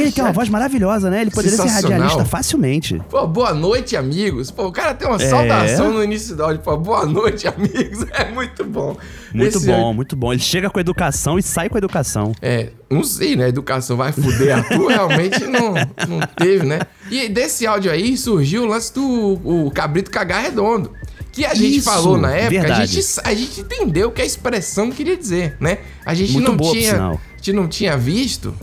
S1: [laughs]
S2: ele tem uma voz maravilhosa, né? Ele poderia ser
S1: Sensacional.
S2: radialista facilmente.
S1: Pô, boa noite, amigos. Pô, o cara tem uma
S2: É.
S1: saudação no início da áudio. Pô, boa noite, [laughs] amigos. É muito bom.
S2: Muito
S1: Esse-
S2: bom, muito bom. Ele chega com educação e sai com educação.
S1: É, não sei, né? Educação vai fuder a tua, [laughs] realmente não, não teve, né? E desse áudio aí surgiu o lance do o cabrito cagar redondo. Que a gente
S2: Isso,
S1: falou na época, a
S2: verdade.
S1: gente, a gente entendeu o que a expressão queria dizer, né? A gente
S2: Muito
S1: não
S2: boa, por
S1: tinha.
S2: sinal.
S1: A gente não tinha visto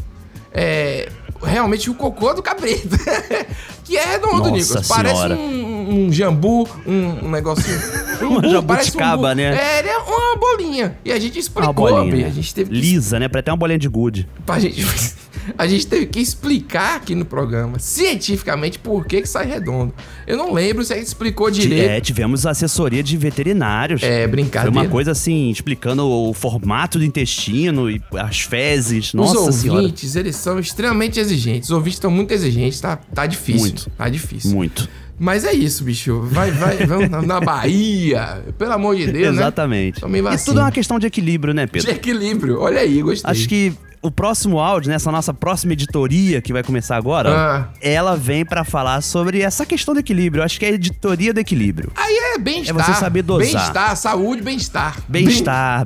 S1: é, realmente o cocô do cabrito. [laughs] que é redondo,
S2: Nossa
S1: Nicolas. Parece
S2: Senhora.
S1: um, um jambu, um, um
S2: [laughs]
S1: negocinho.
S2: Uma
S1: bu- parece
S2: jabuticaba,
S1: bu-
S2: né?
S1: É, ele é uma bolinha. E a gente
S2: É Uma
S1: explicou,
S2: bolinha.
S1: Bi,
S2: né?
S1: a gente teve que
S2: Lisa, né? Parece até uma bolinha de gude.
S1: a gente, [laughs] a gente teve que explicar aqui no programa, cientificamente, por que, que sai redondo. Eu não lembro se a gente explicou
S2: Ti-
S1: direito.
S2: É, tivemos assessoria de veterinários.
S1: É, brincadeira.
S2: Foi uma coisa assim, explicando o formato do intestino e as fezes. Nossa
S1: Os
S2: senhora.
S1: ouvintes, eles são extremamente exigentes. Os ouvintes estão muito exigentes, tá, tá difícil.
S2: Muito.
S1: Tá difícil.
S2: Muito.
S1: Mas é isso, bicho. Vai, vai, vamos na- na Bahia. Pelo amor de Deus,
S2: Exatamente.
S1: Tomei
S2: e
S1: né? vacina.
S2: tudo é uma questão de equilíbrio, né,
S1: né? De
S2: Pedro?
S1: equilíbrio. Olha aí, gostei.
S2: Acho que o próximo áudio, né, essa nossa próxima editoria que vai começar
S1: Ah.
S2: agora, ela vem pra falar sobre essa questão do equilíbrio. Eu Acho que é a editoria do equilíbrio.
S1: Aí é bem-estar.
S2: É você saber dosar.
S1: Bem-estar, saúde, bem-estar.
S2: Bem-estar,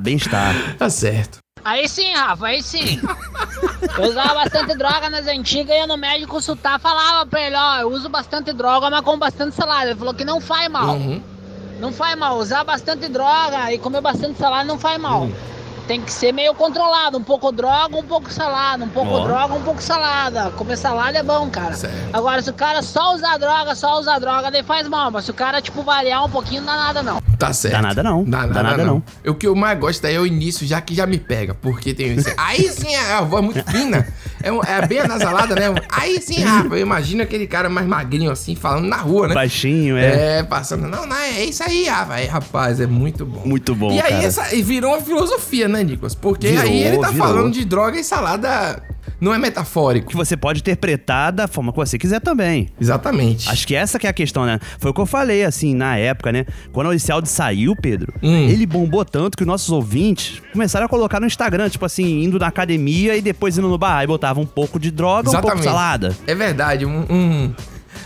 S1: [laughs]
S2: bem-estar.
S1: Tá certo.
S20: Aí sim, Rafa, aí sim. Eu usava bastante droga nas antigas e eu no médico consultar falava pra ele, ó, eu uso bastante droga, mas com bastante salada. Ele falou que não faz mal.
S1: Uhum.
S20: Não faz mal. Usar bastante droga e comer bastante salada não faz mal. Tem que ser meio controlado, um pouco droga, um pouco salada, um pouco
S21: Ó.
S20: droga, um pouco salada. Comer salada é bom, cara. Agora, se o cara só usar droga, só usar droga, daí faz mal. Mas se o cara, tipo, variar um pouquinho, não dá nada, não.
S1: Tá certo.
S2: Dá nada não. Dá, nada não.
S1: O que eu mais gosto aí é o início, já que já me pega, porque tem
S2: [laughs]
S1: isso. Aí sim, a voz é muito fina. É, um- é bem anasalada, né? Aí sim, Rafa, eu imagino aquele cara mais magrinho assim, falando na rua, né?
S2: Baixinho,
S1: É,
S2: é.
S1: passando. Não, não, é isso aí, Rafa. É, rapaz, é muito bom.
S2: Muito bom,
S1: e aí
S2: cara.
S1: essa, e virou uma filosofia, né, Nicolas? Porque aí
S2: Virou,
S1: ele tá
S2: virou.
S1: falando de droga e salada Não é metafórico.
S2: Que você pode interpretar da forma que você quiser também.
S1: Exatamente.
S2: Acho que essa que é a questão, né? Foi o que eu falei, assim, na época, né? Quando o Inicialdi saiu, Pedro,
S1: Hum.
S2: ele bombou tanto que os nossos ouvintes começaram a colocar no Instagram, tipo assim, indo na academia e depois indo no bar. Aí botava um pouco de droga, um pouco de salada.
S1: É verdade, um. um...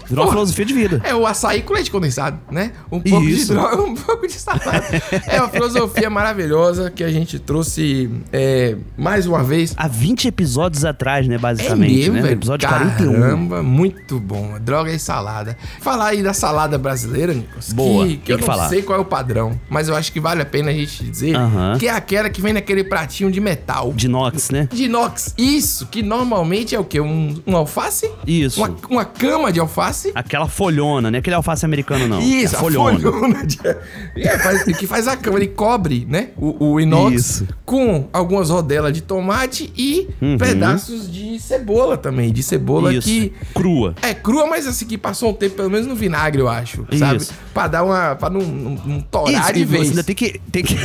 S2: Virou uma filosofia de vida.
S1: É o açaí com leite condensado, né? Um pouco
S2: Isso.
S1: de droga, um pouco de
S2: [laughs]
S1: salada. é uma filosofia maravilhosa que a gente trouxe é, mais uma vez.
S2: Há 20 episódios atrás, né, basicamente,
S1: É mesmo,
S2: né?
S1: velho?
S2: Episódio
S1: Caramba,
S2: 41.
S1: muito bom. Droga e salada. Falar aí da salada brasileira, Nicolas.
S2: Boa,
S1: Que,
S2: tem
S1: que eu
S2: que
S1: não
S2: falar.
S1: sei qual é o padrão, mas eu acho que vale a pena a gente dizer
S2: Aham.
S1: que é aquela que vem naquele pratinho de metal.
S2: De inox, né?
S1: De inox. Isso, que normalmente é o quê? Um, um alface?
S2: Isso.
S1: Uma, uma cama de alface?
S2: Aquela folhona, né? Aquele alface americano, não.
S1: Isso,
S2: É
S1: a folhona de- [laughs] é, faz- que faz a cama, ele cobre, né? O, o inox
S2: Isso.
S1: com algumas rodelas de tomate e
S2: Uhum.
S1: pedaços de cebola também. De cebola
S2: Isso.
S1: que.
S2: Crua.
S1: É crua, mas assim, que passou um tempo, pelo menos no vinagre, eu acho. Sabe?
S2: Isso.
S1: Pra dar uma. pra não, não, não torar
S2: Isso,
S1: de
S2: e
S1: vez.
S2: Você ainda tem que, tem
S1: [laughs]
S2: que,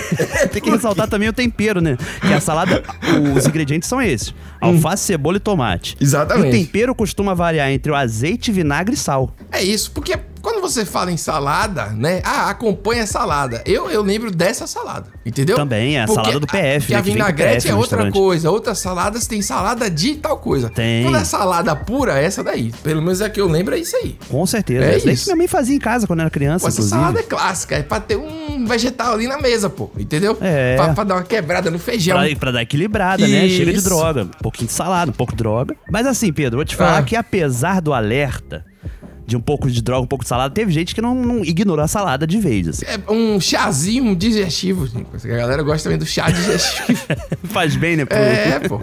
S2: tem que ressaltar também o tempero, né? Que a salada, os ingredientes são esses: alface, cebola e tomate.
S1: Hum. Exatamente.
S2: E o tempero costuma variar entre o azeite, vinagre e sal.
S1: É isso, porque quando você fala em salada, né? Ah, acompanha a salada. Eu, eu lembro dessa salada, entendeu?
S2: Também, é a salada do PF,
S1: Que
S2: né,
S1: a
S2: que vem com
S1: vinagrete
S2: PF
S1: é
S2: no
S1: outra
S2: restaurante.
S1: coisa. Outras saladas tem salada de tal coisa. Tem. Quando é salada pura, é essa daí. Pelo menos é a que eu lembro, é isso aí.
S2: Com certeza.
S1: É
S2: É isso. daí que
S1: isso.
S2: minha mãe fazia em casa quando era criança,
S1: Pô, essa
S2: inclusive.
S1: salada é clássica, é pra ter um vegetal ali na mesa, pô, entendeu? É. Pra, pra dar uma quebrada no feijão.
S2: Pra, pra dar equilibrada, né? Chega de
S1: é um Isso.
S2: droga. Um pouquinho de salada, um pouco de droga. Mas assim, Pedro, vou te falar
S1: Ah.
S2: que apesar do alerta de um pouco de droga, um pouco de salada, teve gente que não, não ignorou a salada de vez.
S1: [laughs]
S2: assim.
S1: É um chazinho digestivo, Nicolas. A galera gosta também do chá
S2: [laughs]
S1: digestivo.
S2: Faz bem, né? Pro...
S1: É, pô.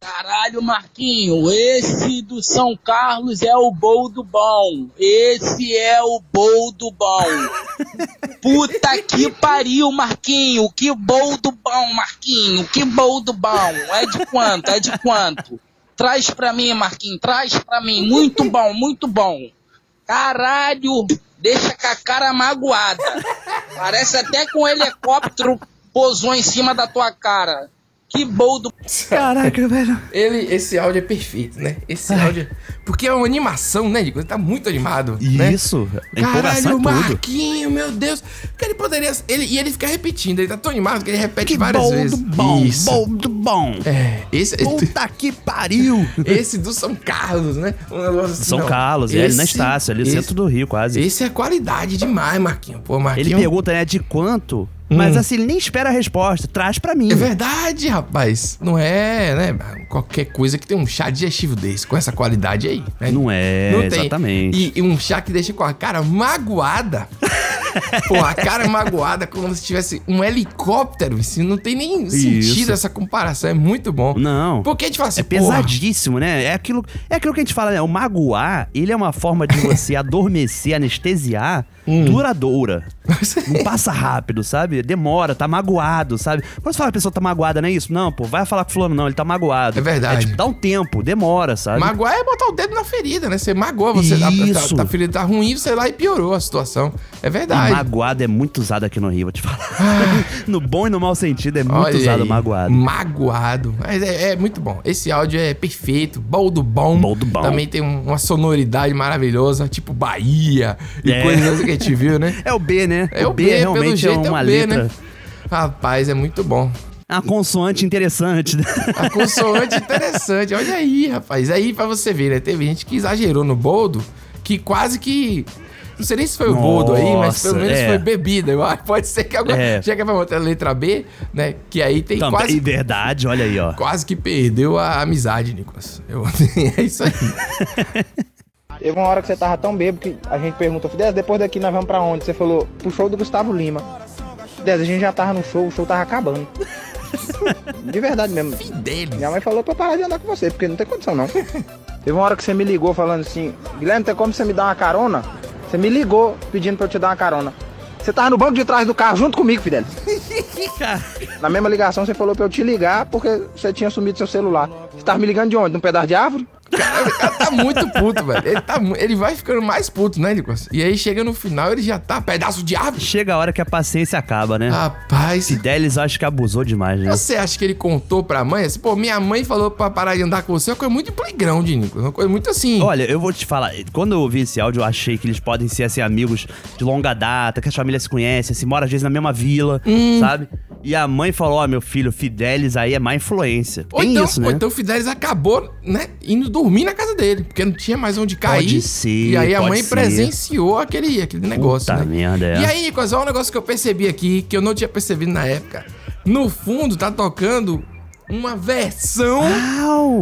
S21: Caralho, Marquinho, esse do São Carlos é o bol do bom. Esse é o bol do bom. Puta que pariu, Marquinho. Que bol do bom, Marquinho. Que bol do bom. É de quanto? É de quanto? Traz pra mim, Marquinho. Traz pra mim. Muito bom, muito bom. Caralho, deixa com a cara magoada. Parece até que um helicóptero pousou em cima da tua cara. Que bol do...
S2: Caraca, velho.
S1: Ele, esse áudio é perfeito, né? Esse áudio. Porque é uma animação, né, Nico? Ele tá muito animado. né?
S2: Isso. a empolgação
S1: Caralho, o
S2: é tudo.
S1: Marquinho, meu Deus. Porque ele poderia. Ele, e ele fica repetindo, ele tá tão animado que ele repete
S2: Que
S1: várias
S2: bom
S1: vezes.
S2: do bom, bom do bom.
S1: É, esse.
S2: Puta que pariu!
S1: Esse do São Carlos, né? Um negócio assim,
S2: São
S1: não.
S2: Carlos, é, ele na
S1: Esse-
S2: Estácio, ali no
S1: esse-
S2: centro do Rio, quase.
S1: Esse é qualidade demais, Marquinho. Pô, Marquinho. é um
S2: Ele pergunta, né, de quanto? Mas
S1: Hum.
S2: assim, ele nem espera a resposta. Traz pra mim. É
S1: verdade, rapaz. Não é, né? Qualquer coisa que tem um chá digestivo desse, com essa qualidade aí. Né?
S2: Não é,
S1: Não tem.
S2: exatamente.
S1: E, e um chá que deixa com a cara
S2: [laughs]
S1: magoada. Pô, a cara magoada como se tivesse um helicóptero. Isso não tem nem sentido
S2: Isso.
S1: essa comparação. É muito bom.
S2: Não.
S1: Porque a gente fala assim,
S2: É pesadíssimo, né? É aquilo, é aquilo que a gente fala, né? O magoar, ele é uma forma de você [laughs] adormecer, anestesiar,
S1: Hum.
S2: duradoura. [laughs] Não passa rápido, sabe? Demora, tá magoado, sabe? Quando você fala que a pessoa tá magoada, não é isso? Não, pô, vai falar com o fulano, não, ele tá magoado. É
S1: verdade.
S2: tipo, dá um tempo, demora, sabe?
S1: Magoar é botar o dedo na ferida, né? Você magoa, você tá,
S2: Isso.
S1: tá, tá, a ferida tá ruim, você lá e piorou a situação. É
S2: E
S1: verdade.
S2: magoado é muito usado aqui no Rio, vou te falar. [laughs] no bom e no mau sentido, é muito
S1: Olha
S2: usado
S1: aí,
S2: magoado.
S1: Magoado. Mas é, é muito bom. Esse áudio é perfeito. Bom do bom. Bom do bom. Também tem um- uma sonoridade maravilhosa, tipo Bahia e
S2: É.
S1: coisas assim que a gente viu, né?
S2: É o B, né?
S1: É o
S2: [laughs] O
S1: B,
S2: B
S1: pelo
S2: realmente é
S1: jeito é,
S2: uma
S1: o B, né?
S2: letra.
S1: Rapaz, é muito bom.
S2: A consoante interessante. né?
S1: A consoante é interessante. Olha aí, rapaz. Aí pra você ver, né? Teve gente que exagerou no boldo, que quase que... Não sei nem se foi o boldo aí, mas pelo
S2: Nossa,
S1: menos
S2: é.
S1: foi bebida. Eu acho. Pode ser que agora...
S2: É.
S1: Já que é pra botar a letra B, né? Que aí tem
S2: [laughs] Também,
S1: quase...
S2: verdade, olha aí, ó.
S1: Quase que perdeu a amizade, Nicolas. Eu- [laughs] é isso aí.
S14: Teve uma hora que você tava tão bêbado que a gente perguntou, Fidel, depois daqui nós vamos pra onde? Você falou, pro show do Gustavo Lima. Fidel, a gente já tava no show, o show tava acabando. De verdade mesmo.
S1: Fidelis.
S14: Minha mãe falou pra eu parar de andar com você, porque não tem condição não. [laughs] Teve uma hora que você me ligou falando assim, Guilherme, tem como você me dar uma carona? Você me ligou pedindo pra eu te dar uma carona. Você tava no banco de trás do carro junto comigo, Fidel. Na mesma ligação você falou pra eu te ligar porque você tinha sumido seu celular. Você tava me ligando de onde? Num pedaço de árvore?
S1: cara, o cara tá muito puto, velho. Ele, tá mu- ele vai ficando mais puto, né, Nicolas? E aí chega no final, ele já tá pedaço de árvore.
S2: Chega a hora que a paciência acaba, né?
S1: Ah. Rapaz.
S2: Fidelis acho que abusou demais, né?
S1: Você acha que ele contou pra mãe? Assim, Pô, minha mãe falou pra parar de andar com você. É uma coisa muito playground, Nicolas. Uma coisa muito assim.
S2: Olha, eu vou te falar, quando eu ouvi esse áudio, eu achei que eles podem ser assim, amigos de longa data, que as famílias se conhecem, se mora às vezes na mesma vila,
S1: Hum.
S2: sabe? E a mãe falou: Ó, meu filho, Fidelis aí é má influência.
S1: Ou
S2: Tem
S1: então,
S2: isso,
S1: ou
S2: né?
S1: então o Fidelis acabou, né, indo dormir na casa dele, porque não tinha mais onde cair.
S2: Pode ser,
S1: e aí a
S2: pode
S1: mãe
S2: ser.
S1: presenciou aquele, aquele negócio.
S2: Puta
S1: né?
S2: merda, é.
S1: E aí, Nicolas, olha um negócio que eu percebi aqui, que eu não tinha percebido na época. No fundo, tá tocando uma versão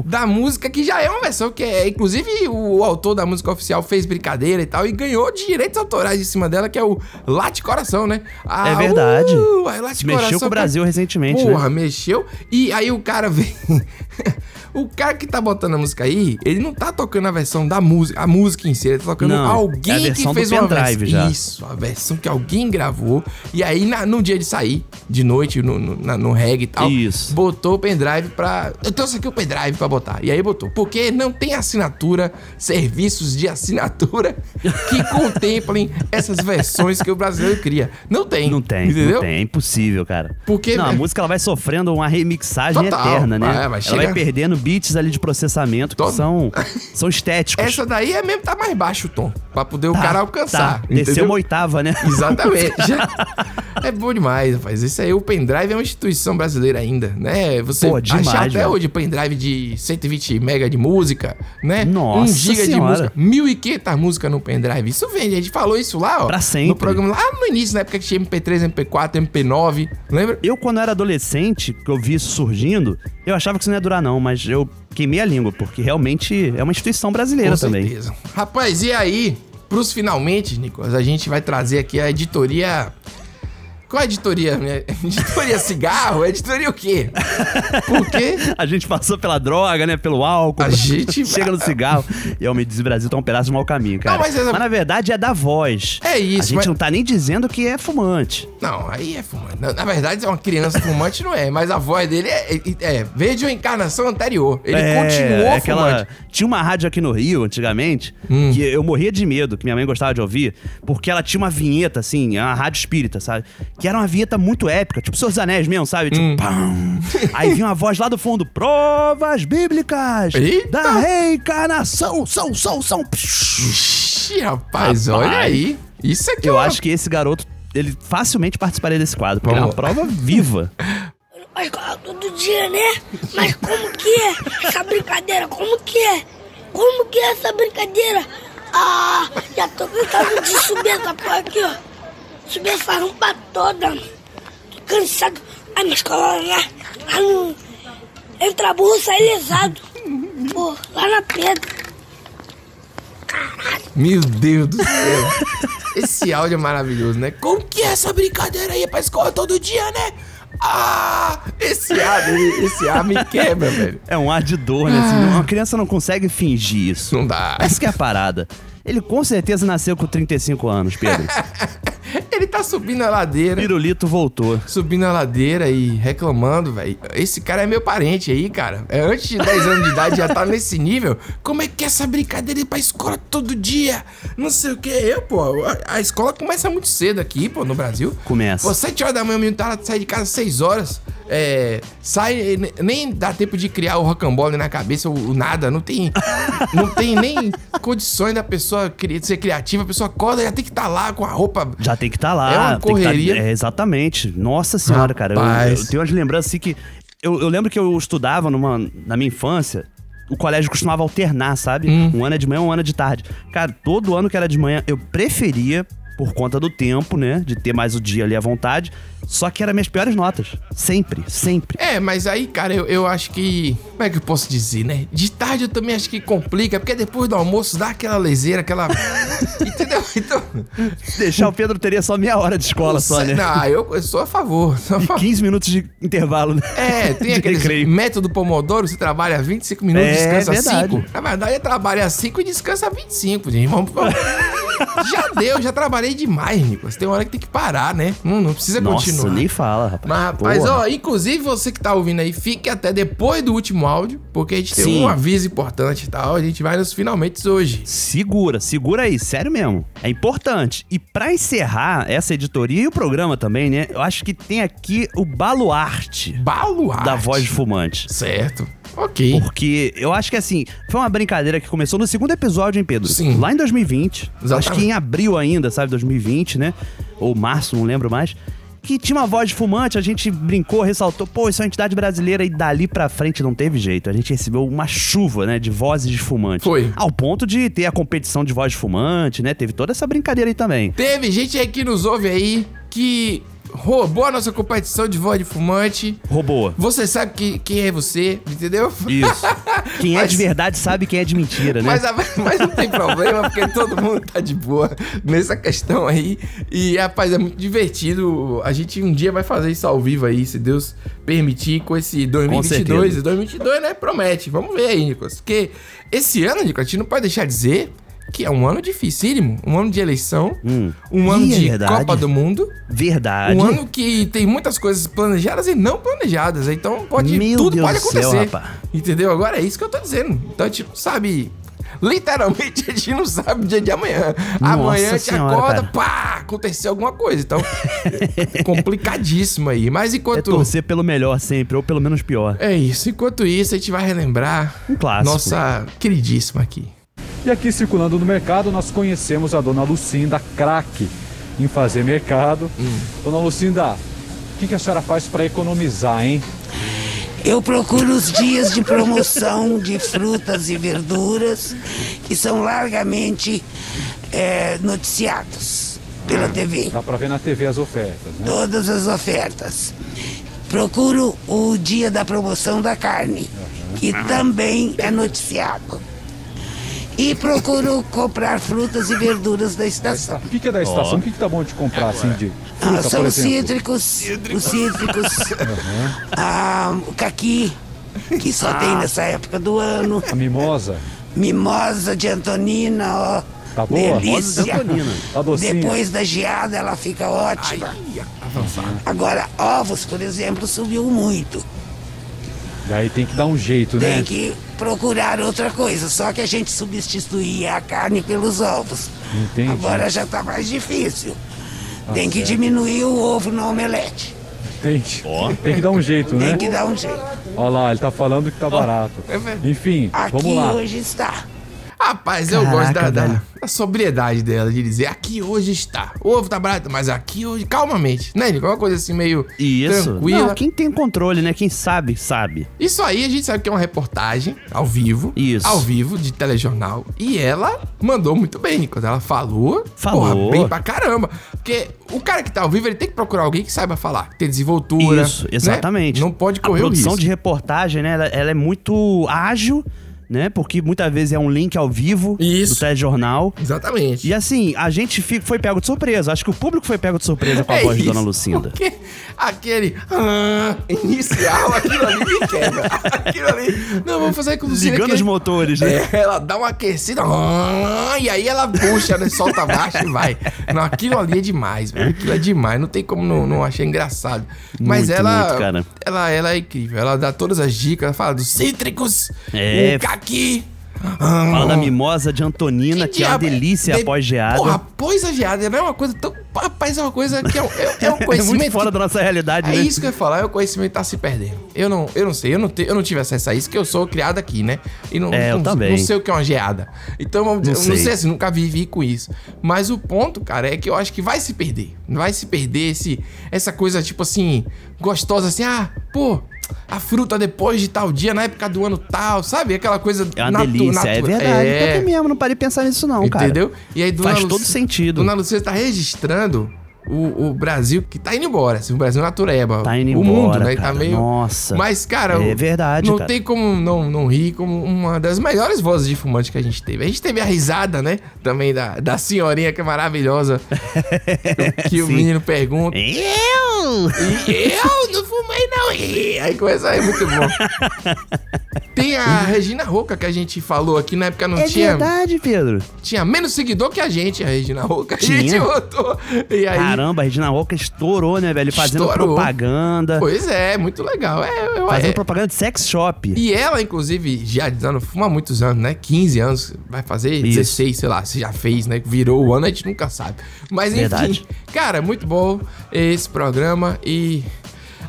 S1: da música, que já é uma versão que é. Inclusive, o autor da música oficial fez brincadeira e tal, e ganhou direitos autorais em cima dela, que é o Late Coração, né? Ah,
S2: é verdade.
S1: uh, aí Late
S2: Se mexeu
S1: Coração
S2: com o
S1: tá-
S2: Brasil recentemente, né?
S1: Porra, mexeu. E aí o cara [laughs] vem. o cara que tá botando a música aí, ele não tá tocando a versão da música, a música em si, ele tá tocando
S2: Não,
S1: alguém
S2: é a versão
S1: que
S2: do
S1: fez uma
S2: pendrive
S1: versão.
S2: já.
S1: Isso, a versão que alguém gravou. E aí, na- no dia de sair, de noite, no, no, na- no reggae e tal,
S2: Isso.
S1: botou o pendrive pra. Eu trouxe aqui o pendrive pra botar. E aí botou. Porque não tem assinatura, serviços de assinatura
S2: [laughs]
S1: que contemplem essas versões que o brasileiro cria. Não tem.
S2: Não tem,
S1: Entendeu?
S2: não tem, é impossível, cara.
S1: Porque- é-
S2: não, a música ela vai sofrendo uma remixagem
S1: Total, Ah, é,
S2: eterna, né?
S1: vai, vai
S2: ela
S1: chegar-
S2: vai perdendo beats ali de processamento que
S1: [laughs]
S2: são, são estéticos.
S1: Essa daí é mesmo tá mais baixo o tom, pra poder o cara alcançar.
S2: Tá. Desceu
S1: entendeu?
S2: uma oitava, né?
S1: Exatamente. Já- é bom demais, rapaz. Isso aí, o pendrive é uma instituição brasileira ainda, né? Você
S2: Pô, demais,
S1: achar até
S2: velho.
S1: hoje pendrive de 120 mega de música, né?
S2: Nossa
S1: 1 giga
S2: Senhora.
S1: de música, 1.500 músicas no pendrive. Isso vende, a gente falou isso lá, ó.
S2: Pra sempre.
S1: No programa lá no início, na época que tinha MP3, MP4, MP9, lembra?
S2: [laughs] Eu, quando era adolescente, que eu vi isso surgindo, eu achava que isso não ia durar, não, mas eu queimei a língua, porque realmente é uma instituição brasileira
S1: Com
S2: também.
S1: certeza. Rapaz, e aí, pros finalmente, Nicolas, a gente vai trazer aqui a editoria. Qual é a editoria? [laughs] né? Editoria cigarro? Editoria o
S2: [laughs]
S1: quê? Porque
S2: [laughs] A gente passou pela droga, né? Pelo álcool.
S1: A gente-
S2: [laughs] chega no cigarro. E eu me diz, o Brasil tá um pedaço de mau caminho, cara.
S1: Não, mas
S2: mas,
S1: essa-
S2: na verdade é da voz.
S1: É isso,
S2: A gente
S1: mas-
S2: não tá nem dizendo que é fumante.
S1: Não, aí é fumante. Na, na verdade, é uma criança fumante, não é. Mas a voz dele é, é, é, veio de uma encarnação anterior. Ele
S2: É,
S1: continuou
S2: é
S1: fumante.
S2: Tinha uma rádio aqui no Rio, antigamente,
S1: Hum.
S2: que eu morria de medo, que minha mãe gostava de ouvir, porque ela tinha uma vinheta, assim, é uma rádio espírita, sabe? Que era uma vinheta muito épica, tipo Seus Anéis mesmo, sabe?
S1: Hum.
S2: Tipo, pam! Aí vinha uma voz lá do fundo, provas bíblicas
S1: Eita!
S2: da reencarnação, são, são, são.
S1: Ixi, rapaz, olha aí. Isso aqui
S2: Eu
S1: é uma-
S2: acho que esse garoto, ele facilmente participaria desse quadro, porque é uma
S1: Vamos
S2: prova viva.
S3: Mas cola todo dia, né? Mas como que é essa brincadeira? Como que é? Como que é essa brincadeira? Ah, já tô cansado de subir essa porra aqui, ó. Subir essa rampa toda. Tô cansado. Ai, mas cola lá. Lá no... Entra burro, sai lesado. Pô, lá na pedra.
S1: Meu Deus do céu. [laughs] Esse áudio é maravilhoso, né? Como que é essa brincadeira aí é pra escola todo dia, né? Ah! Esse ar, ele- esse ar me quebra, velho.
S2: É um ar de dor, né? assim,
S1: Ah.
S2: uma criança não consegue fingir isso.
S1: Não dá. [laughs]
S2: Essa que é a parada. Ele com certeza nasceu com 35 anos, Pedro.
S1: [laughs] Ele tá subindo a ladeira.
S2: Pirulito voltou.
S1: Subindo a ladeira e reclamando, velho. Esse cara é meu parente aí, cara. É antes de 10 anos de idade, já tá nesse nível. Como é que é essa brincadeira ir pra escola todo dia? Não sei o que. Eu, pô, a- a escola começa muito cedo aqui, pô, no Brasil.
S2: Começa.
S1: Pô, 7 horas da manhã, o menino tá, sai de casa 6 horas. É, sai, ne- nem dá tempo de criar o rocambole na cabeça, o, o nada. Não tem, não tem nem condições da pessoa cri- ser criativa. A pessoa acorda já tem que estar lá com a roupa.
S2: Já tem que estar lá.
S1: É uma
S2: tem que tá-
S1: correria.
S2: é, exatamente. Nossa senhora, cara. Eu,
S1: Rapaz.
S2: eu tenho umas lembranças assim que. Eu, eu lembro que eu estudava numa, na minha infância. O colégio costumava alternar, sabe?
S1: Hum.
S2: Um ano é de manhã, um ano é de tarde. Cara, todo ano que era de manhã, eu preferia, por conta do tempo, né? De ter mais o dia ali à vontade. Só que eram minhas piores notas. Sempre, sempre.
S1: É, mas aí, cara, eu, eu acho que. Como é que eu posso dizer, né? De tarde eu também acho que complica, porque depois do almoço dá aquela leseira, aquela. Então,
S2: Deixar o Pedro teria só meia hora de escola, só, né?
S1: Não, eu, eu sou a favor. sou a
S2: [laughs]
S1: favor.
S2: 15 minutos de intervalo, né?
S1: É, tem
S2: [laughs] De
S1: aquele
S2: recreio.
S1: método Pomodoro, você trabalha 25 minutos,
S2: É,
S1: descansa
S2: verdade.
S1: 5. Na verdade, trabalha 5 e descansa 25, gente. Vamos,
S2: [laughs]
S1: vamos. já deu, já trabalhei demais, Nicolas. Tem hora que tem que parar, né? Não, não precisa
S2: Nossa, Nossa, nem fala, rapaz.
S1: Mas, rapaz,
S2: Porra.
S1: ó, inclusive você que tá ouvindo aí, fique até depois do último áudio, porque a gente tem
S2: Sim.
S1: um aviso importante e tal. A gente vai nos finalmente hoje.
S2: Segura, segura aí, sério mesmo. É importante. E pra encerrar essa editoria e o programa também, né? Eu acho que tem aqui o baluarte.
S1: Baluarte?
S2: Da voz de fumante.
S1: Certo. Ok.
S2: Porque eu acho que assim, foi uma brincadeira que começou no segundo episódio, hein, Pedro?
S1: Sim.
S2: Lá em 2020.
S1: Exatamente.
S2: Acho que em abril ainda, sabe? 2020, né? Ou março, não lembro mais. Que tinha uma voz de fumante, a gente brincou, ressaltou, pô, isso é uma entidade brasileira e dali pra frente não teve jeito. A gente recebeu uma chuva, né, de vozes de fumante. Foi. Ao ponto de ter a competição de voz de fumante, né? Teve toda essa brincadeira aí também.
S1: Teve gente aí que nos ouve aí que roubou a nossa competição de voz de fumante.
S2: Roubou.
S1: Você sabe que, quem é você, entendeu?
S2: Isso. [laughs] Quem é de verdade sabe quem é de mentira, né?
S1: Mas, a- [laughs] mas não tem problema, porque todo mundo tá de boa nessa questão aí. E, rapaz, é muito divertido. A gente um dia vai fazer isso ao vivo aí, se Deus permitir, com esse 2022.
S2: certeza.
S1: E 2022, né? Promete. Vamos ver aí, Nicolas. Porque esse ano, Nicolas, a gente não pode deixar de dizer que é um ano dificílimo. Um ano de eleição, um ano
S2: Ih, é
S1: de
S2: verdade.
S1: Copa do Mundo.
S2: Verdade. É
S1: Um ano que tem muitas coisas planejadas e não planejadas. Então pode,
S2: Meu
S1: tudo
S2: Deus
S1: pode
S2: do céu,
S1: acontecer.
S2: rapaz.
S1: entendeu? Agora é isso que eu tô dizendo. Então a gente não sabe. Literalmente [laughs] a gente não sabe o dia de amanhã.
S2: Nossa
S1: amanhã a gente
S2: Senhora,
S1: acorda,
S2: cara.
S1: pá, aconteceu alguma coisa.
S2: [laughs]
S1: Então, é complicadíssimo aí. Mas
S2: É
S1: enquanto.
S2: torcer pelo melhor sempre, ou pelo menos pior.
S1: É isso. Enquanto isso, a gente vai relembrar
S2: Um clássico.
S1: nossa queridíssima aqui.
S4: E aqui circulando no mercado, nós conhecemos a dona Lucinda, craque em fazer mercado.
S22: Hum.
S4: Dona Lucinda, o que, que a senhora faz para economizar, hein?
S22: Eu procuro os dias de promoção de frutas e verduras que são largamente eh, noticiados pela TV.
S4: Ah, Dá para ver na TV as ofertas, né?
S22: Todas as ofertas. Procuro o dia da promoção da carne, que também é noticiado. E procuro comprar frutas e verduras da estação.
S4: O que, que é da estação? O que, que tá bom de comprar, assim, de
S22: Ah,
S4: fruta,
S22: são
S4: por
S22: os
S4: exemplo?
S22: cítricos, os cítricos, ah, o caqui, que só tem nessa época do ano.
S4: Ah. A mimosa?
S22: Mimosa de Antonina, ó.
S4: Tá boa?
S22: Delícia.
S4: Mimosa de Antonina. Tá docinha?
S22: Depois da geada ela fica ótima. Agora, ovos, por exemplo, subiu muito.
S4: Daí tem que dar um jeito,
S22: Tem
S4: né?
S22: que procurar outra coisa. Só que a gente substituía a carne pelos ovos.
S4: Entendi.
S22: Agora já tá mais difícil.
S4: Tá
S22: Tem que
S4: certo.
S22: diminuir o ovo no omelete.
S4: Tem, que- tem que dar um jeito, né?
S22: Tem que dar um jeito.
S4: Olha lá, ele tá falando que tá barato.
S1: é
S4: Enfim,
S22: Aqui
S4: vamos lá.
S22: hoje está.
S1: Rapaz, eu gosto da, da, da sobriedade dela, de dizer aqui hoje está. O ovo tá barato, mas aqui hoje, calmamente, né, Nico? Uma coisa assim meio
S2: Isso.
S1: tranquila.
S2: Não, quem tem controle, né? Quem sabe, sabe.
S1: Isso aí a gente sabe que é uma reportagem ao vivo. Isso. Ao vivo, de telejornal. E ela mandou muito bem, quando ela falou.
S2: Falou.
S1: bem pra caramba. Porque o cara que tá ao vivo, ele tem que procurar alguém que saiba falar, que tem desenvoltura.
S2: Isso,
S1: né?
S2: exatamente.
S1: Não pode correr
S2: A
S1: o
S2: produção
S1: risco.
S2: de reportagem, né? Ela, ela é muito ágil, né? Porque muitas vezes é um link ao vivo do telejornal.
S1: Exatamente.
S2: E assim, a gente fica- foi pego de surpresa. Acho que o público foi pego de surpresa com a
S1: É
S2: voz de
S1: isso.
S2: Dona Lucinda.
S1: Porque aquele ah, inicial, aquilo ali me
S2: [laughs]
S1: quebra. Aquilo ali. Não, vamos fazer com o Lucinda.
S2: Ligando
S1: que-
S2: os motores, né?
S1: É, ela dá uma aquecida. ah, e aí ela puxa, né? Solta baixo e vai. Não, aquilo ali é demais, velho. Aquilo é demais. Não tem como não, não achar engraçado. Mas
S2: Muito,
S1: ela.
S2: muito, cara.
S1: Ela, ela é incrível. Ela dá todas as dicas. Ela fala dos cítricos.
S2: É.
S1: O caqui. Ah,
S2: Fala da mimosa de Antonina, que, é uma
S1: diabo-
S2: delícia
S1: de-
S2: após geada.
S1: Porra,
S2: [laughs]
S1: após a geada, não é uma coisa tão. Rapaz, é uma coisa que é, um- é, é um conhecimento.
S2: muito fora da nossa realidade,
S1: É
S2: né?
S1: isso que eu ia falar, é o conhecimento tá se perdendo. Eu não, eu não sei, eu não, te- eu não tive acesso a isso, que eu sou criado aqui, né? E não,
S2: É, eu
S1: não,
S2: também.
S1: não sei o que é uma geada. Então, vamos dizer,
S2: Não
S1: eu não
S2: sei.
S1: sei assim, nunca vivi com isso. Mas o ponto, cara, é que eu acho que vai se perder. Vai se perder esse, essa coisa, tipo assim, gostosa, assim, ah, pô. A fruta depois de tal dia, na época do ano tal, sabe? Aquela coisa
S2: É uma
S1: natu-
S2: delícia, é
S1: natu-
S2: verdade.
S1: É.
S2: Pior que mesmo, não parei de pensar nisso não, cara.
S1: Entendeu? E aí,
S2: Faz
S1: Luci-
S2: todo sentido.
S1: Dona Lucia tá registrando o, o Brasil que tá indo embora. Assim, o Brasil natureba.
S2: Tá indo
S1: o
S2: embora,
S1: mundo, né?
S2: cara.
S1: Tá meio.
S2: Nossa.
S1: Mas, cara.
S2: É
S1: o-
S2: verdade,
S1: Não
S2: cara.
S1: tem como não, não rir como uma das melhores vozes de fumante que a gente teve. A gente teve a risada, né? Também da, da senhorinha que é
S2: [laughs]
S1: maravilhosa. que o menino pergunta.
S2: É. [laughs]
S1: Eu! eu não fumei, não! E aí começa aí, muito bom. Tem a Regina Roca que a gente falou aqui na época, não
S2: É
S1: tinha.
S2: verdade, Pedro.
S1: Tinha menos seguidor que a gente, a Regina Roca. A
S2: Tinha.
S1: gente botou. E aí.
S2: Caramba, a Regina Roca estourou, né, velho? Fazendo
S1: Estourou.
S2: propaganda.
S1: Pois é, muito legal. É, eu-
S2: Fazendo
S1: é-
S2: propaganda de sex shop.
S1: E ela, inclusive, já dizendo, fuma há muitos anos, né? 15 anos, vai fazer 16, sei lá, se já fez, né? Virou o ano, a gente nunca sabe. Mas enfim,
S2: Verdade.
S1: cara, muito bom esse programa e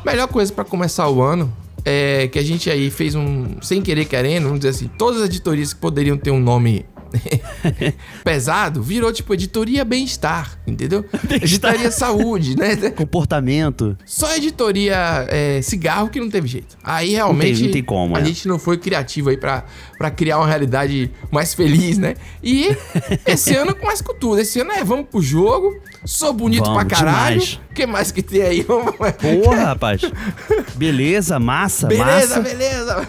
S1: melhor coisa pra começar o ano é que a gente aí fez um, sem querer querendo, vamos dizer assim, todas as editorias que poderiam ter um nome [laughs] pesado, virou tipo editoria bem-estar, entendeu? editoria saúde, né?
S2: Comportamento.
S1: Só editoria é, cigarro que não teve jeito. Aí realmente
S2: Não tem- não tem como,
S1: a
S2: né?
S1: gente não foi criativo aí pra, pra criar uma realidade mais feliz, né?
S2: [laughs]
S1: E esse ano começa com tudo. Esse ano é vamos pro jogo, sou bonito pra
S2: Vamos,
S1: caralho.
S2: demais.
S1: O que mais que tem aí? [laughs]
S2: Porra, rapaz. Beleza, massa,
S1: Beleza,
S2: massa.
S1: beleza.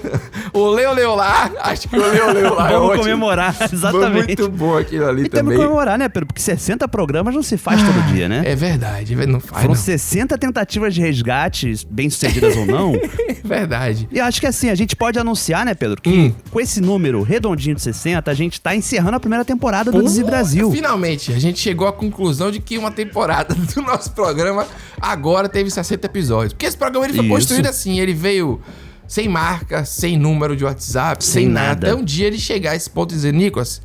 S1: Olê, olê, olá. Acho que olê, olê, olá. é
S2: Vamos
S1: ótimo.
S2: comemorar, exatamente.
S1: Foi muito bom então, aquilo ali
S2: E temos
S1: também.
S2: que comemorar, né, Pedro? Porque 60 programas não se faz todo dia, né?
S1: É verdade, não faz.
S2: Foram
S1: não.
S2: 60 tentativas de resgate, bem-sucedidas ou
S1: [laughs]
S2: não.
S1: É Verdade.
S2: E acho que assim, a gente pode anunciar, né, Pedro, que com esse número redondinho de 60, a gente tá encerrando a primeira temporada do
S1: Porra,
S2: Desi Brasil.
S1: Finalmente, a gente chegou à conclusão de que uma temporada [laughs] do nosso programa agora teve 60 episódios. Porque esse programa ele foi
S2: Isso.
S1: construído assim, ele veio sem marca, sem número de WhatsApp, sem,
S2: Sem
S1: nada.
S2: nada.
S1: Até um dia ele chegar a esse ponto e dizer, Nicolas,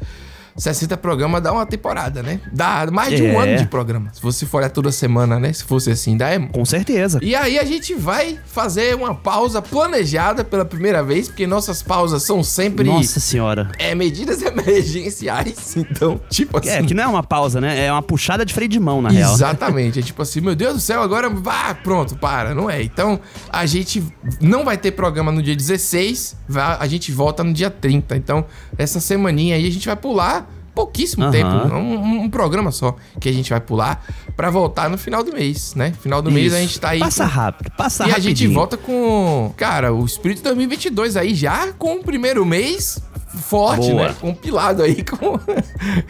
S1: 60 programa dá uma temporada, né? Dá mais de um
S2: É.
S1: ano de programa. Se você for olhar toda semana, né? Se fosse assim, dá é... Com
S2: certeza.
S1: E aí a gente vai fazer uma pausa planejada pela primeira vez, porque nossas pausas são sempre...
S2: Nossa senhora.
S1: É, medidas [laughs] emergenciais, então, tipo assim.
S2: É, que não é uma pausa, né? É uma puxada de freio de mão, na real.
S1: Exatamente. É tipo assim, meu Deus do céu, agora vá, pronto, para, não é? Então, a gente não vai ter programa no dia 16, vá- a gente volta no dia 30. Então, essa semaninha aí a gente vai pular pouquíssimo
S2: Aham.
S1: tempo, um, um- um programa só que a gente vai pular pra voltar no final do mês, né? Final do mês
S2: Isso.
S1: a gente tá aí.
S2: Passa rápido, passa
S1: E a gente
S2: rapidinho.
S1: volta com, cara, o espírito 2022 aí já com o primeiro mês forte,
S2: Boa.
S1: né? Compilado aí com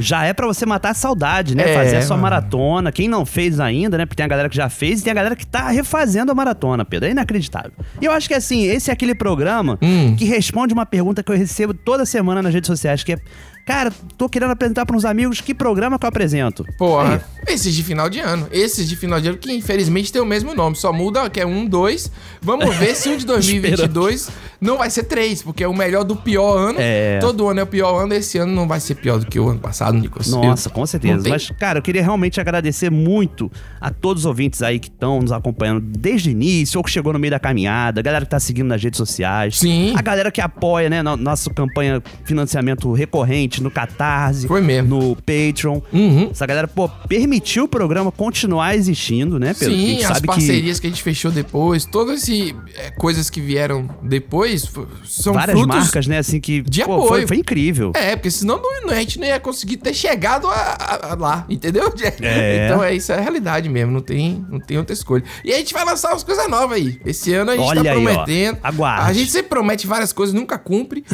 S2: Já é pra você matar a saudade, né?
S1: É,
S2: Fazer a sua
S1: mano.
S2: maratona. Quem não fez ainda, né? Porque tem a galera que já fez e tem a galera que tá refazendo a maratona, Pedro. É inacreditável. E eu acho que assim, esse é aquele programa
S1: Hum.
S2: que responde uma pergunta que eu recebo toda semana nas redes sociais, que é. Cara, tô querendo apresentar para uns amigos que programa que eu apresento.
S1: Porra.
S2: É.
S1: Esses de final de ano. Esses de final de ano que infelizmente tem o mesmo nome. Só muda que é um, dois. Vamos ver se
S2: [laughs]
S1: o de 2022 não vai ser três, porque é o melhor do pior ano.
S2: É.
S1: Todo ano é o pior ano. Esse ano não vai ser pior do que o ano passado, Nicolas.
S2: Nossa,
S1: Eu-
S2: com
S1: não
S2: certeza.
S1: tem-
S2: Mas, cara, eu queria realmente agradecer muito a todos os ouvintes aí que estão nos acompanhando desde o início, ou que chegou no meio da caminhada, a galera que tá seguindo nas redes sociais.
S1: Sim.
S2: A galera que apoia, né, no- nossa campanha financiamento recorrente no Catarse.
S1: Foi mesmo. Uhum.
S2: No Patreon. Essa galera, pô, permitiu o programa continuar existindo, né, Pedro? a
S1: Sim,
S2: gente
S1: as
S2: sabe que...
S1: parcerias que... a gente fechou depois, todas essas coisas que vieram depois f- são
S2: Várias
S1: frutos
S2: marcas, né, assim, que
S1: de
S2: pô,
S1: apoio.
S2: Foi, foi incrível.
S1: É, porque senão não, não- a gente não ia conseguir ter chegado a- a- a lá, entendeu? [laughs]
S2: É.
S1: Então é isso, é a realidade mesmo, não tem, não tem outra escolha. E a gente vai lançar umas coisas novas aí. Esse ano a gente
S2: Olha
S1: tá
S2: aí,
S1: prometendo.
S2: ó. Aguarde.
S1: A gente sempre promete várias coisas, nunca
S2: [laughs]
S1: cumpre.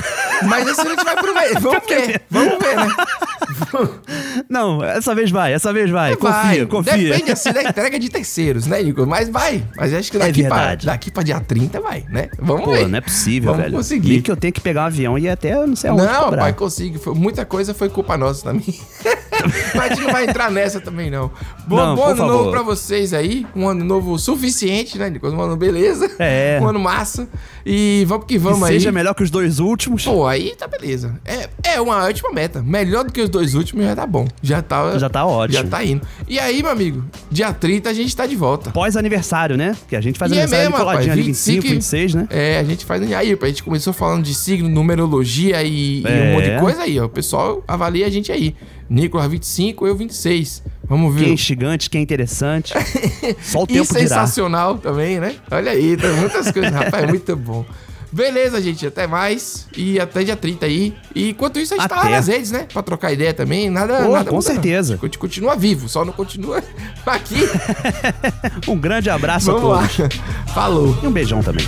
S1: Mas esse ano a gente vai prometer. Vamos ver, vamos ver, né?
S2: Não, essa vez vai, essa vez
S1: É, Vai,
S2: vai. É, confia, confia.
S1: Depende assim da entrega de terceiros, né, Igor? Mas vai. Mas acho que
S2: É
S1: daqui, pra,
S2: verdade.
S1: daqui pra dia 30 vai, né? Vamos
S2: Pô,
S1: ver.
S2: não é possível,
S1: Vamos
S2: velho.
S1: conseguir.
S2: Nem que eu tenho que pegar um avião e ir até não sei aonde
S1: Não,
S2: É cobrar.
S1: pai, consigo. Foi- muita coisa foi culpa nossa também. [laughs] Mas a gente não vai entrar nessa também, não. Bom,
S2: Não,
S1: bom
S2: por
S1: ano novo
S2: favor.
S1: pra vocês aí. Um ano novo suficiente, né, Nicolas? Um ano beleza.
S2: É.
S1: [laughs] Um ano massa. E vamos que vamos
S2: Que
S1: aí.
S2: seja melhor que os dois últimos.
S1: Pô, aí tá beleza. É, é uma ótima meta. Melhor do que os dois últimos já tá bom. Já tá,
S2: Já tá ótimo.
S1: Já tá indo. E aí, meu amigo, dia 30 a gente tá de volta.
S2: Pós-aniversário, né? Que a gente faz
S1: E é
S2: aniversário
S1: mesmo,
S2: ali coladinho
S1: rapaz,
S2: ali 25,
S1: 25,
S2: 26, né?
S1: É, a gente faz. Aí, a gente começou falando de signo, numerologia e, e um
S2: É.
S1: monte de coisa aí, ó. O pessoal avalia a gente aí. Nicolas 25, eu 26. Vamos ver.
S2: Quem é instigante, quem
S1: [laughs]
S2: é interessante. Só o
S1: e
S2: tempo dirá.
S1: sensacional também, né? Olha aí, tem muitas coisas. Rapaz, é muito bom. Beleza, gente. Até mais. E até dia 30 aí. E enquanto isso, a gente tá lá
S2: Até.
S1: nas redes, né? Pra trocar ideia também. Nada.
S2: Pô,
S1: nada muda,
S2: com
S1: não.
S2: certeza.
S1: A gente continua vivo, só não continua [laughs] aqui.
S2: Um grande abraço
S1: Vamos
S2: a todos.
S1: Falou.
S2: E um beijão também.